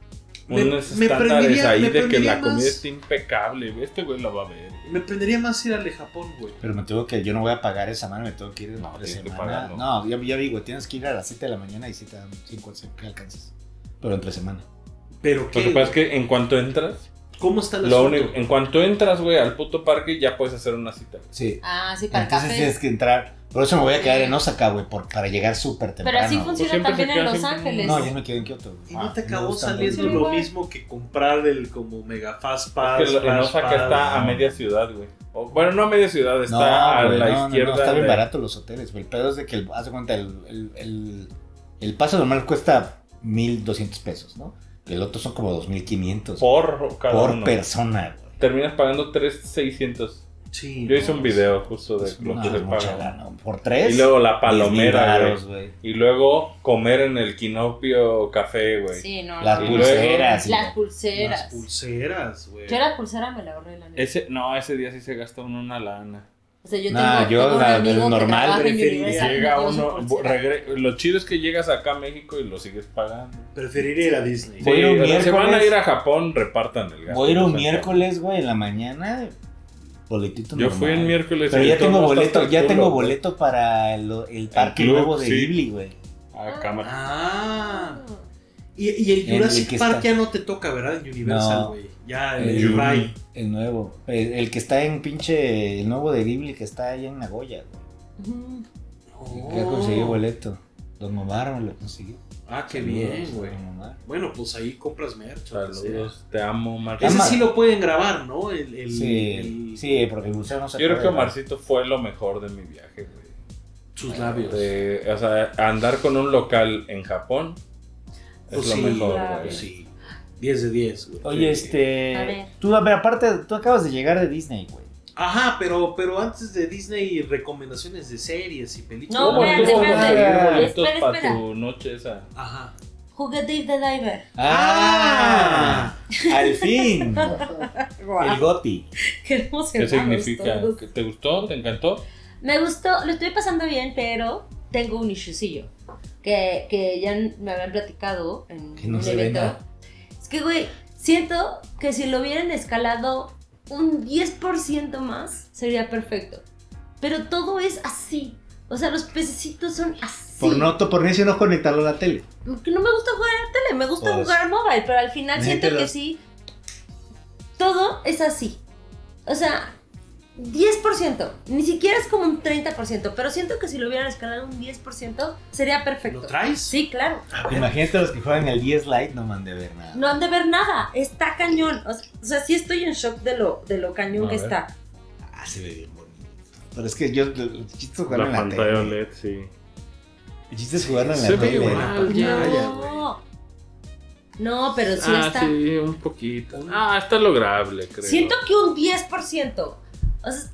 B: Me-
C: Unos
B: me
C: estándares
B: prendería-
C: ahí
B: me
C: de que
B: prendería
C: la comida
B: más-
C: está impecable. güey. Este güey la va a ver. güey.
B: Me prendería más ir al de Japón, güey.
A: Pero me tengo que, yo no voy a pagar esa mano, me tengo que ir
C: No,
A: de
C: tienes que
A: semana.
C: pagarlo.
A: No, ya, ya digo, tienes que ir a las 7 de la mañana y si te dan 5 que alcanzas. Pero entre semana.
B: Pero
C: Lo que
B: qué.
C: pasa es que en cuanto entras,
B: ¿Cómo está la
C: lo único, en cuanto entras, güey, al puto parque, ya puedes hacer una cita.
A: Sí.
E: Ah, sí, para el
A: Entonces
E: café.
A: tienes que entrar. Por eso me voy a quedar en Osaka, güey, por- para llegar súper temprano.
E: Pero así
A: güey.
C: Pues
E: funciona
C: siempre
E: también
C: se
E: en
C: queda
E: Los
C: siempre-
E: Ángeles.
A: No, yo me quedé en Kioto. güey.
B: ¿Y no te
A: Ah,
B: acabó
A: me gusta
B: saliendo
A: mucho.
B: lo
E: Sí,
B: mismo que comprar el como Mega Fast Pass?
C: Que lo- en
B: Flash
C: Osaka
B: Pass?
C: está a
A: no.
C: media ciudad, güey. O- Bueno, no a media ciudad, está
A: No,
C: a
A: güey,
C: la
A: no, no, no,
C: izquierda.
A: está bien
C: de-
A: barato los hoteles, güey. El pedo es de que, el- haz de cuenta, el, el, el, el paso normal cuesta 1.200 pesos, ¿no? Y el otro son como 2.500 por,
C: Por cada uno.
A: persona, güey.
C: Terminas pagando 3,600.
B: Sí.
C: Yo hice
B: no,
C: un video justo de
A: Es
C: lo
A: una
C: que se
A: mucha
C: paga.
A: lana. Por tres.
C: Y luego la
A: 10,000
C: palomera, güey.
A: varos, güey.
C: Y luego comer en el Quinopio Café, güey.
E: Sí, no.
A: Las
E: no.
C: Y luego-
A: pulseras. güey.
E: Las
B: Las
E: pulseras.
B: pulseras, güey.
E: Yo la pulsera me la ahorré, la neta.
C: Ese, no, ese día sí se gasta uno una lana.
E: O sea, yo
A: Nah,
E: tengo,
A: yo
E: tengo un
A: la-
E: amigo que
A: normal
E: trabaja en
B: preferiría.
E: Universal y
C: Llega
E: tiene su
C: uno, bu-
E: pulsera.
C: regre- lo chido es que llegas acá a México y lo sigues pagando.
B: Preferiría ir a Disney.
A: Voy a ir un
C: o sea, si van a
A: miércoles.
C: ir a Japón, repartan el gasto.
A: Voy a ir
C: O
A: un
C: sea,
A: miércoles, güey, en la mañana. Boletito
C: Yo
A: normal.
C: fui el miércoles.
A: Pero
C: y
A: ya
C: todo
A: tengo
C: está hasta
A: boleto,
C: el
A: ya
C: culo,
A: tengo
C: güey.
A: boleto para el, el parque
C: club,
A: nuevo de
C: sí.
A: Ghibli, güey.
C: Ah, cámara.
B: Ah. Y, y el
A: En el
B: Jurassic
A: que
B: Park
A: está.
B: ya no te toca, ¿verdad? En Universal,
A: No.
B: güey. Ya,
A: El
B: el
A: Jurassic
B: Rai.
A: El nuevo. El, el que está en pinche. El nuevo de Ghibli que está allá en Nagoya, güey.
E: Ujú.
A: Que ya
B: Oh.
A: conseguí boleto. Don Omar me lo consiguió.
B: Ah, qué
A: Saludos,
B: bien, güey.
A: don Omar.
B: Bueno, pues ahí compras merch. o lo que sea.
C: Saludos, te amo, Marcito.
B: Ese
A: Amar.
B: sí lo pueden grabar, ¿no? El, el-
A: Sí,
B: el-
A: sí, porque el museo no se
C: Yo creo que
A: acuerda.
C: Omarcito fue lo mejor de mi viaje, güey.
B: Sus labios.
C: De- o sea, andar con un local en Japón es
B: Pues
C: lo
B: sí,
C: mejor,
E: claro,
C: güey.
B: Sí. 10 de 10, güey.
A: Oye,
C: Sí.
A: este.
E: A ver.
A: Tú, a ver, aparte, tú acabas de llegar de Disney, güey.
B: Ajá, pero, pero antes de Disney, recomendaciones de series y películas.
E: No,
C: ¿Cómo
E: espérate,
C: estuvo
A: espérate.
C: conseguir boletos
E: Espera,
C: para
E: espera.
C: tu noche esa?
B: Ajá.
E: Jugué Dave the Diver. *laughs*
A: ¡Ah! ¡Al fin! El
E: Guau.
A: Goti.
E: Qué emocionados
C: ¿Qué significa?
E: todos.
C: ¿Que ¿Te gustó? ¿Te encantó?
E: Me gustó, lo estoy pasando bien, pero tengo un issuecillo que, que ya me habían platicado en
A: Que no
E: un
A: se ve
E: evento.
A: nada.
E: Es que, güey, siento que si lo hubieran escalado un 10% más, sería perfecto. Pero todo es así. O sea, los pececitos son así.
A: Por no, por eso no conectarlo a la tele.
E: Que no me gusta jugar a la tele, me gusta
A: Pues,
E: jugar mobile, pero al final siento
A: mételos.
E: que sí. Todo es así. O sea, 10%. Ni siquiera es como un 30%, pero siento que si lo hubieran escalado un 10% sería perfecto.
B: Ah, ¿Lo traes?
E: Sí, claro.
A: Imagínate los que juegan el 10 Lite, no man de ver nada.
E: No han de ver nada. Está cañón. O sea, o sea, sí estoy en shock de lo, de lo cañón
C: A
E: que
C: ver.
E: está.
A: Ah, se ve bien bonito. Pero es que yo, el chiste es jugarlo en la tele.
B: E
C: sí.
A: El chiste es jugarlo en la
C: Se ve
A: tele.
C: igual, ya, ya, güey.
E: no. No, pero Pues sí está.
C: Ah, sí, un poquito. Ah, está lograble, creo.
E: Siento que un 10%. O sea,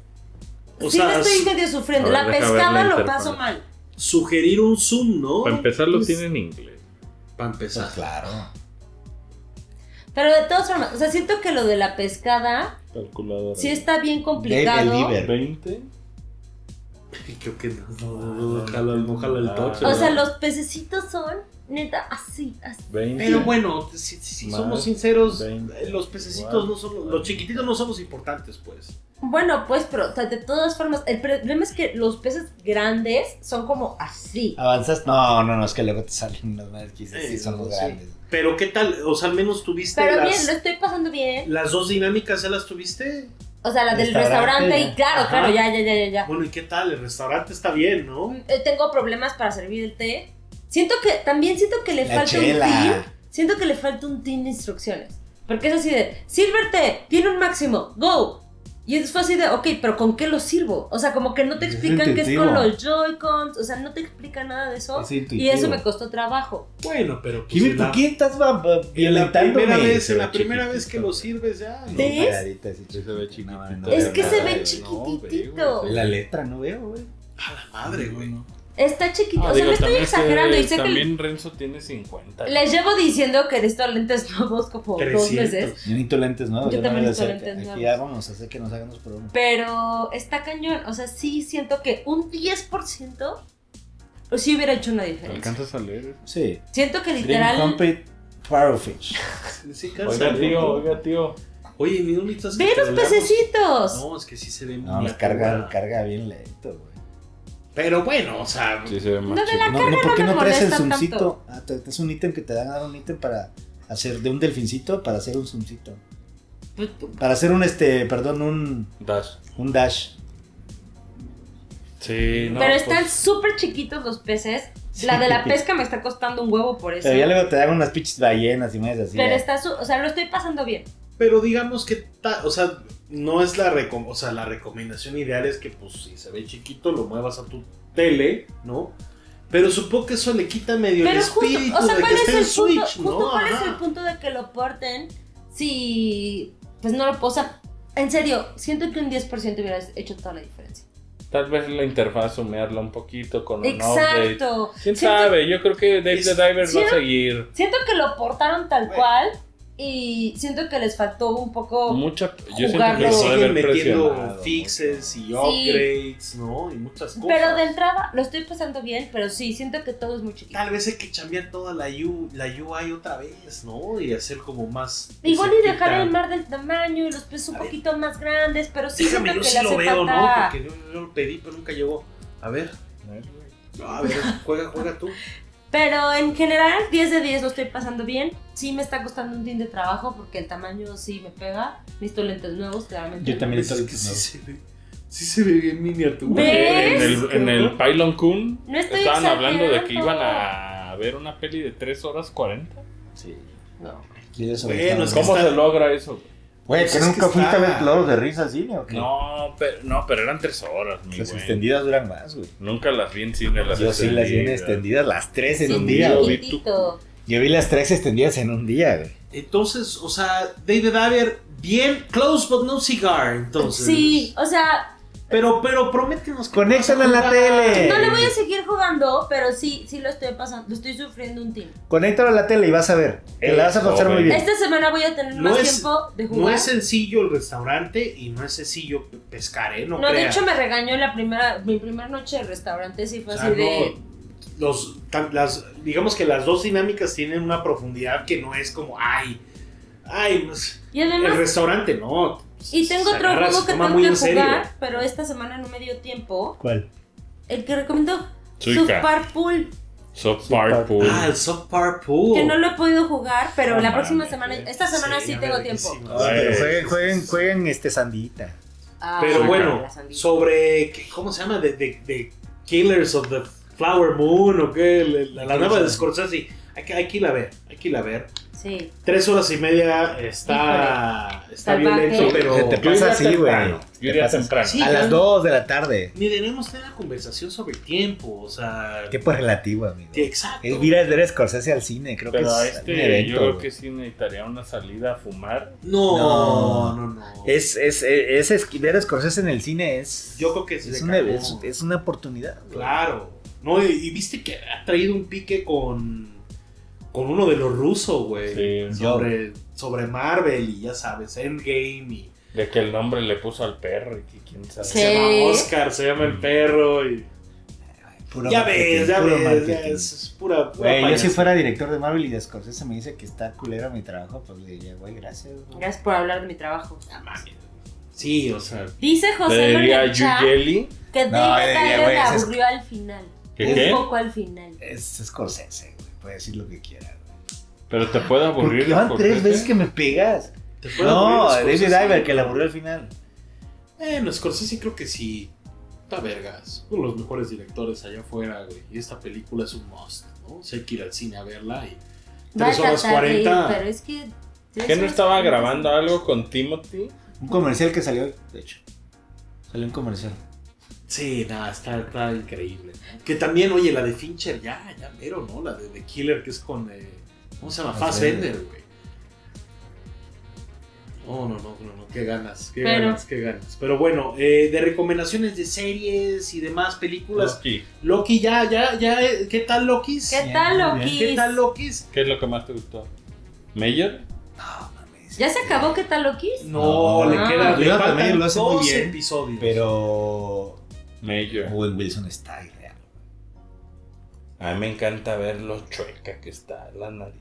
B: O
E: sí
B: sea,
E: me estoy
B: su-
E: medio sufriendo.
C: A ver,
E: la
C: deja ver la
E: pescada lo
C: interfaz.
E: paso mal.
B: Sugerir un Zoom, ¿no?
C: empezar, lo
E: Pues-
C: tiene en inglés.
B: Para
A: Pues
B: empezar.
A: claro.
E: Pero de todas formas, o sea, siento que lo de la pescada
C: Calculadora.
E: sí está bien
A: Dave
E: complicado.
A: Believer.
C: 20.
B: *laughs* Creo que no, no, no, no, jala- no jala el tocho.
E: O sea, los pececitos son neta así, así.
C: 20.
B: Pero bueno, si, si- si
C: Más
B: somos sinceros,
C: 20,
B: eh, los pececitos
C: igual.
B: no son, los chiquititos no son los importantes, pues.
E: Bueno, pues, pero o sea, de todas formas, el problema es que los peces grandes son como
B: Ah,
E: así.
A: ¿Avanzas? No, no, no, es que luego te salen los más que dices, sí,
B: Sí,
A: son los
B: sí.
A: grandes.
B: Pero qué tal, o sea, al menos tuviste
E: Pero
B: las,
E: bien, lo estoy pasando bien.
B: las dos dinámicas, ¿ya las tuviste?
E: O sea, la del
A: Restaurante,
E: restaurante y
A: ya.
E: claro,
B: Ajá.
E: claro, ya, ya, ya, ya, ya.
B: Bueno, ¿y qué tal? El restaurante está bien, ¿no?
E: Eh, Tengo problemas para servir el té. Siento que, también siento que le
A: La
E: falta
A: chela.
E: un tin. Siento que le falta un tin de instrucciones. Porque es así de, sírvete, tiene un máximo, go. Y es fue así de, ok, pero ¿con qué lo sirvo? O sea, como que no te
A: Es
E: explican qué es con
A: intuitivo.
E: los Joy-Cons, o sea, no te explican nada de eso.
A: Es
E: y
A: intuitivo.
E: eso me costó trabajo.
B: Bueno, pero pues,
A: Jimmy,
B: en
A: ¿por
B: la-
A: qué estás va- va-
B: en la
A: violentándome?
B: primera vez, en
C: Se
B: la
C: ve
B: primera vez
C: chiquitito.
B: que lo sirves ya. ¿no?
E: Sí. ¿Ves?
A: Cagadita, así,
C: Sí se ve
A: chiquitita.
C: chiquitito.
E: Es que se
A: Ay,
E: ve
C: No, güey, güey,
E: chiquitito.
C: sí.
A: La letra no veo, güey.
B: A la madre, güey.
E: Está chiquito,
C: No,
E: o sea,
C: Ah, digo,
E: no estoy
C: también se-
E: exagerando. y sé que
C: También Renzo tiene 50.
E: les llevo diciendo que necesito lentes nuevos como dos
B: 300.
E: meses.
A: Yo necesito lentes nuevos.
E: Yo
A: ya
E: también
A: me
E: necesito
A: acerca.
E: lentes
A: Aquí
E: nuevos.
A: ya vamos a hacer que nos hagan los programas.
E: Pero está cañón, o sea, sí siento que un 10% pues sí hubiera hecho una diferencia.
C: ¿Alcanzas a leer?
A: Sí.
E: Siento que
A: Dream
E: literal...
A: Company Farrowfish.
B: Sí, cansa,
C: Oiga,
B: ¿no?
C: tío, oiga, tío.
B: Oye, ni un listo hace
E: ¡Ve
B: que
E: los
B: hablamos.
E: pececitos!
B: No, es que sí se ve
A: No,
B: muy
A: nos carga,
B: atorada.
A: carga bien lento, güey.
B: Pero bueno, o sea,
C: Sí, se ve más
E: No, de la
C: chiquito.
A: No, no, ¿por qué
E: no
A: no
E: me
A: traes el
E: molesta
A: zoomcito?
E: tanto.
A: Ah, te- te- es un ítem que te dan a dar un ítem para hacer de un delfincito para hacer un zoomcito.
B: pues, pues,
A: Para hacer un este, perdón, un,
C: Das.
A: un dash.
C: Sí, no.
E: Pero
C: pues,
E: están súper chiquitos los peces. La de la pesca me está costando un huevo por eso.
A: Pero ya luego te dan unas pinches ballenas y más así.
E: Pero
A: ya.
E: está su- O sea, lo estoy pasando bien.
B: pero digamos que, ta- o sea, no es la, recom- o sea, la recomendación ideal es que, pues, si se ve chiquito, lo muevas a tu tele, ¿no? Pero supongo que eso le quita medio el
E: Pero justo,
B: espíritu
E: o sea,
B: de
E: ¿cuál
B: que
E: es
B: esté en
E: el
B: Switch,
E: punto?
B: ¿no?
E: Justo, ¿cuál es
B: Ajá.
E: el punto de que lo porten si pues no lo posa? En serio, siento que un 10% hubiera hecho toda la diferencia.
C: Tal vez la interfaz humearla un poquito con un update.
E: Exacto.
C: ¿Quién
E: Siento-
C: sabe? Yo creo que Dave the
B: Es-
C: Diver
E: ¿Sí
C: va a
E: era?
C: seguir.
E: Siento que lo portaron tal
B: Güey.
E: cual y siento que les faltó un poco.
C: Mucha. Yo siento que
E: Jugarlo.
B: Le
C: lo va a
B: siguen
C: haber
B: metiendo
C: presionado.
B: fixes y
E: Sí.
B: upgrades, ¿no? Y muchas cosas.
E: Pero de entrada lo estoy pasando bien, pero sí, siento que todo es muy chiquito.
B: Tal vez hay que cambiar toda la, U, la UI otra vez, ¿no? Y hacer como más...
E: Igual y dejar
B: cerquita.
E: el mar del tamaño y los peces un
B: A ver.
E: poquito más grandes, pero sí
B: Déjame, yo
E: siento que
B: sí
E: le
B: lo
E: hace
B: veo, ¿no?
E: falta.
B: Porque yo, yo lo pedí, pero nunca llegó. A ver. No, a ver, juega, juega
C: *laughs*
B: tú.
E: Pero en general, 10 de 10 lo estoy pasando bien. Sí me está costando un din de trabajo porque el tamaño sí me pega. Necesito lentes nuevos, claramente.
A: Yo también
B: Es
A: estoy
B: que sí se ve, sí se ve bien miniatura.
C: Porque En el,
E: ¿Ves?
C: en el Pylon Kun
E: No estoy
C: estaban hablando de que
E: exagerando.
C: iban a ver una peli de 3 horas 40.
A: Sí.
B: No.
A: Sí, eso
B: Bueno,
A: está
B: es que
A: bien.
C: ¿Cómo
B: está-
C: se logra eso?
A: Güey,
B: Pues
A: ¿que
B: es que
A: nunca fuiste a
B: está-
A: ver Clodos de Risa al cine o qué?
C: No, pero, no, pero eran 3 horas, mi
A: Las
C: güey.
A: extendidas duran más, güey.
C: Nunca las vi en cine. Las
A: Yo sí las vi en
C: extendidas.
A: extendidas, las tres en
E: Sí,
A: un día,
C: yo
A: güey.
C: vi
E: chiquitito.
A: Yo vi las tres extendidas en un día, güey.
B: Entonces, o sea, David Aver, bien, close but no cigar, entonces.
E: Sí, o sea,
B: Pero, pero prométenos que
A: Conéctala en
B: vas
A: la
B: a jugar.
A: tele.
E: no le voy a seguir jugando, pero sí, sí lo estoy pasando. Lo estoy sufriendo un tin.
A: Conéctalo a la tele y vas a ver. Te la vas a
C: Eso,
A: pasar muy
C: güey.
A: bien.
E: Esta semana voy a tener
B: No
E: más
B: es-
E: tiempo de jugar.
B: No es sencillo el restaurante y no es sencillo pe- pescar, ¿eh? No,
E: No, de
B: crean.
E: hecho me regañó la primera, mi primera noche de restaurante, sí
B: O
E: fue
B: sea,
E: así de...
B: no, los, tan- las, digamos que las dos dinámicas tienen una profundidad que no es como, ay, ay, pues,
E: Y
B: el
E: además,
B: restaurante, no.
E: y tengo
B: Se
E: otro
B: agarra,
E: juego
B: se
E: que
B: toma
E: tengo
B: muy
E: que
B: en serio.
E: jugar, pero esta semana no me dio tiempo.
A: ¿Cuál?
E: El que recomiendo,
C: Suica.
E: Subparpool,
C: South Park Pool.
B: Ah, el soft power pool.
E: que no lo he podido jugar, pero
C: No
E: la próxima
C: mames,
E: semana,
C: güey.
E: esta semana sí,
B: Sería
E: tengo tiempo.
B: verguísima.
C: Ay,
A: pero
C: güey.
A: jueguen, jueguen, jueguen este sandita.
E: Ah,
B: Pero
E: la
B: bueno,
E: sandía.
B: sobre, ¿qué- ¿cómo se llama? De, de- de Killers of the Flower Moon o qué, Le- la, la nueva de Scorsese. Hay que, hay que ir a ver, hay que ir a ver.
E: Sí,
B: Tres horas y media está, está
E: Salvaje.
B: violento, pero...
A: Se te
C: Yo
A: pasa
C: iría
A: así, güey.
C: temprano. Yo
A: Te
C: iría
A: pasas-
C: temprano.
B: Sí.
A: A las
B: ya.
A: 2 de la tarde.
B: Ni debemos tener una conversación sobre el tiempo, o sea...
A: Tiempo relativo, amigo.
B: Sí, Exacto.
A: Es ir a ver a Scorsese al cine, creo
C: Pero a
A: que es un
C: este,
A: evento.
C: yo creo
A: güey.
C: que sí necesitaría una salida a fumar.
B: No,
A: No.
B: no, no.
A: Es, es, es, es- ver a Scorsese en el cine es,
B: Yo creo que se
A: es,
B: le
A: una,
B: cagó.
A: es, es una oportunidad. güey.
B: Claro. No, y, y viste que ha traído un pique con con uno de los rusos, güey.
C: Sí.
B: Sobre sobre Marvel y ya sabes, Endgame y
C: De que el nombre le puso al perro y que quién sabe.
E: Sí.
B: se llama Oscar, se llama el perro y...
A: Mm. Puro
B: ya
A: marketing,
B: ves, ya
A: puro
B: ves, ya
A: marketing.
B: es, es pura... pura
A: Güey, yo si
B: payasada.
A: fuera director de Marvel y de Scorsese me dice que está culero mi trabajo, pues le diría, güey, gracias. güey.
E: Gracias por hablar de mi trabajo.
B: Sí, o sea...
E: Dice José
C: Le
E: Luis
C: diría Yuyeli.
E: que
A: No,
E: David
A: le diría,
E: Tyler
A: güey,
E: le
A: ese es-
E: aburrió al final.
C: ¿Qué
E: un
C: qué?
E: poco al final.
A: Es Scorsese, güey, puede decir lo que quiera. güey.
C: Pero te puede aburrir.
A: Porque van
C: por
A: tres
C: este.
A: veces que me pegas.
B: ¿te puede
A: No, David
B: aburrir las cosas?
A: Diver, que la aburrió al final.
B: Bueno, Scorsese creo que sí. Está vergas. Uno de los mejores directores allá afuera, güey. Y esta película es un must, ¿no? O sea, hay que ir al cine a verla y.
E: Va a
B: Tres horas
E: tratar de ir,
B: 40.
E: pero es que. tres
C: ¿Que no
E: horas
C: estaba
E: 40.
C: grabando algo con Timothy?
A: Un comercial que salió hoy, de hecho. Salió un comercial.
B: Sí, nada, está, está increíble. Que también, oye, la de Fincher, ya, ya mero, ¿no? La de The Killer, que es con. eh, ¿Cómo se llama?
A: Fassbender.
B: Fassbender, güey. No, no, no, no, no, qué ganas, qué
E: Pero-
B: ganas, qué ganas. Pero bueno, eh, de recomendaciones de series y demás películas.
C: Loki.
B: Loki, ya, ya, ya, eh, ¿qué tal Loki?
E: ¿Qué tal,
A: Bien,
E: Loki?
B: ¿Qué tal Loki?
C: ¿Qué es lo que más te gustó? ¿Mayor?
A: No, mames.
E: ¿Ya se acabó qué tal Loki?
B: No,
A: No.
B: le
E: Ah.
B: queda le
A: Yo
B: faltan
A: también lo hace muy
B: 12
A: bien,
B: episodios.
A: Pero.
C: Mayor.
A: Owen Wilson está irreal.
C: A mí me encanta ver lo chueca que está la nariz,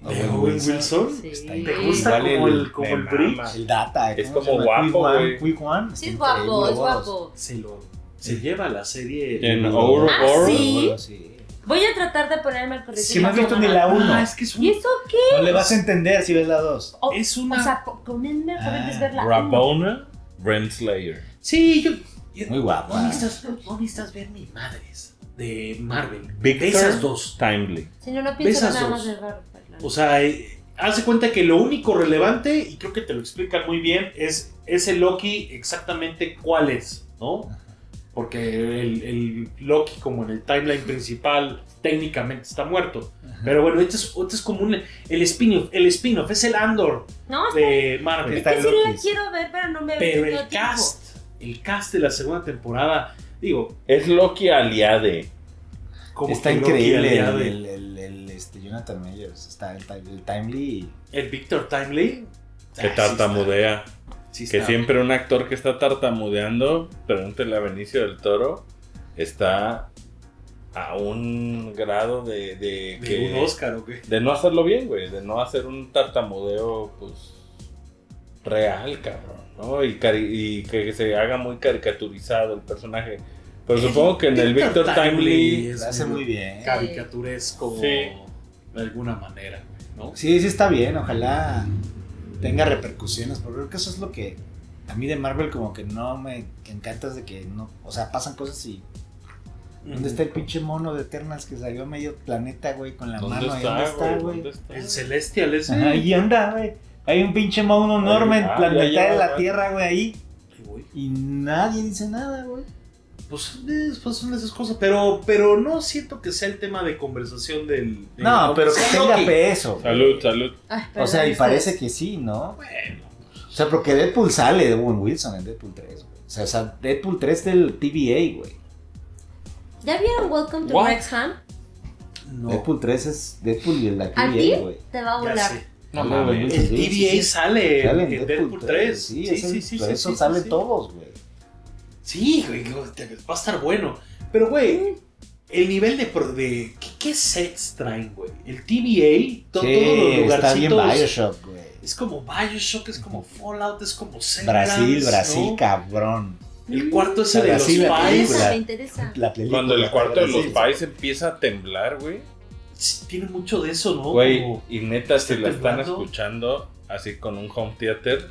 C: güey.
B: ¿De
A: Owen
B: Owen
A: Wilson.
B: Wilson?
A: Está
E: Sí.
A: ahí.
B: Pues, ¿Te gusta
C: Igual
B: como
C: el-
B: el, como
C: me
B: el bridge?
C: mama.
A: El data.
C: Ah. Es
A: ¿cómo se
C: como
A: llama? Quick
C: guapo,
A: One,
C: güey.
A: Quick One.
E: Sí,
A: Está
E: es guapo,
A: increíble,
E: es guapo.
B: Se lo se lleva la serie.
C: En
B: de-
C: Ouro
E: Ah,
C: Boro.
E: sí.
A: sí.
E: Voy a tratar de ponerme al corriente.
A: Si no
E: me
A: has visto ni la uno.
B: Ah, es que es un-
E: ¿Y eso qué?
A: No le vas a entender si ves la 2.
E: O,
B: Es
E: o
B: una.
E: sea, po- ponerme al corriente
A: Ah,
E: es verla.
C: Rabona Renslayer.
B: sí, yo. yo-
A: Muy guapo.
B: ¿Dónde
A: ah.
B: estás, dónde estás ver mi madres? De Marvel.
C: Victor.
B: De esas dos.
C: Timely.
E: Si Mm. no, no pienso
B: esas
E: nada
B: dos.
E: más de verla.
B: O sea, eh, hace cuenta que lo único relevante, y creo que te lo explican muy bien, es ese Loki exactamente cuál es, ¿no? Porque el, el Loki, como en el timeline principal, técnicamente está muerto. Pero bueno, este es, este es como un, el spin-off, el spin-off, es el Andor
E: No, es
B: de Marvel.
A: Está
E: que sí la
A: Loki.
E: quiero ver, pero no me
B: Pero
E: tengo
B: el
E: tiempo.
B: cast, el cast de la segunda temporada, digo,
C: Es Loki aliade.
B: como
A: Está
B: que Loki
A: increíble
B: aliado
A: el,
B: de-
A: el, el- el, este, Jonathan Meyers. Está el, ti- el Timely.
B: el Victor Timely.
C: Que
B: Ah, sí
C: tartamudea.
B: está, sí
C: Que
B: está.
C: siempre un actor que está tartamudeando, pregúntele a Benicio del Toro, está a un grado de, de,
B: De
C: que-
B: un Oscar o qué.
C: de no hacerlo bien, güey, de no hacer un tartamudeo, pues, real, cabrón, ¿no? Y, cari- y que se haga muy caricaturizado el personaje. Pero supongo que en el Victor Timely...
A: Lo hace muy bien.
B: Caricaturesco
C: Sí.
B: de alguna manera, güey, ¿no?
A: Sí, sí está bien, ojalá tenga repercusiones, porque creo que eso es lo que a mí de Marvel como que no me que encanta es de que no, o sea, pasan cosas y ¿dónde está el pinche mono de Eternals que salió a medio planeta, güey, con la
C: ¿Dónde
A: mano? ahí?
C: está, güey?
A: ¿Dónde
C: ¿Dónde
A: está,
C: está?
B: El Celestial ese.
A: güey? *laughs* Ajá, Ahí anda, güey. Hay un pinche mono enorme
C: ah,
A: en planeta
C: ya, ya,
A: de la
C: ya.
A: Tierra, güey, ahí
B: Ay, güey,
A: y nadie dice nada, güey.
B: Pues, eh, pues son esas cosas, pero, pero no siento que sea el tema de conversación del... del-
A: No, pero que
B: Sí,
A: tenga
B: Loki.
A: peso. güey.
C: Salud, salud.
E: Ay,
A: O sea, y
E: perdón,
A: parece que sí, ¿no?
B: Bueno,
A: O sea, porque Deadpool sale de Owen Wilson en Deadpool 3, güey. O sea, o sea, Deadpool 3 del TVA, güey.
E: ¿Ya vieron Welcome to
C: What?
E: Wrexham?
B: no.
A: Deadpool 3 es Deadpool y la
E: ¿A
A: TVA,
E: ti?
A: güey.
E: Te va a
B: Ya
E: volar.
B: sé.
C: No
A: Owen
C: mames.
A: Wilson,
B: El
A: sí, sí,
B: TVA
A: sí.
B: sale
A: Sale
B: en, en Deadpool 3.
A: Sí, sí, sí, por eso
B: sí,
A: sale
B: sí.
A: todos, güey.
B: Sí, güey, que va a estar bueno. Pero, güey, el nivel de... pro- de ¿qué, qué sets traen, güey? El TVA, to- todos los
A: está bien
B: lugarcitos...
A: Bioshock, güey.
B: Es como Bioshock, es como Fallout, es como Severance,
A: Brasil, Brasil,
B: ¿no?
A: cabrón.
B: El cuarto ese de los
A: Brasil, la
E: Me
B: Spies.
A: película.
E: interesa, me interesa.
A: La película
C: Cuando el cuarto de los
A: Brasil.
C: pais empieza a temblar, güey.
B: Sí, Tiene mucho de eso, ¿no?
C: Güey,
B: Como-
C: y neta, si
B: ¿Está
C: la están
B: Oh. temblando?
C: escuchando así con un home theater,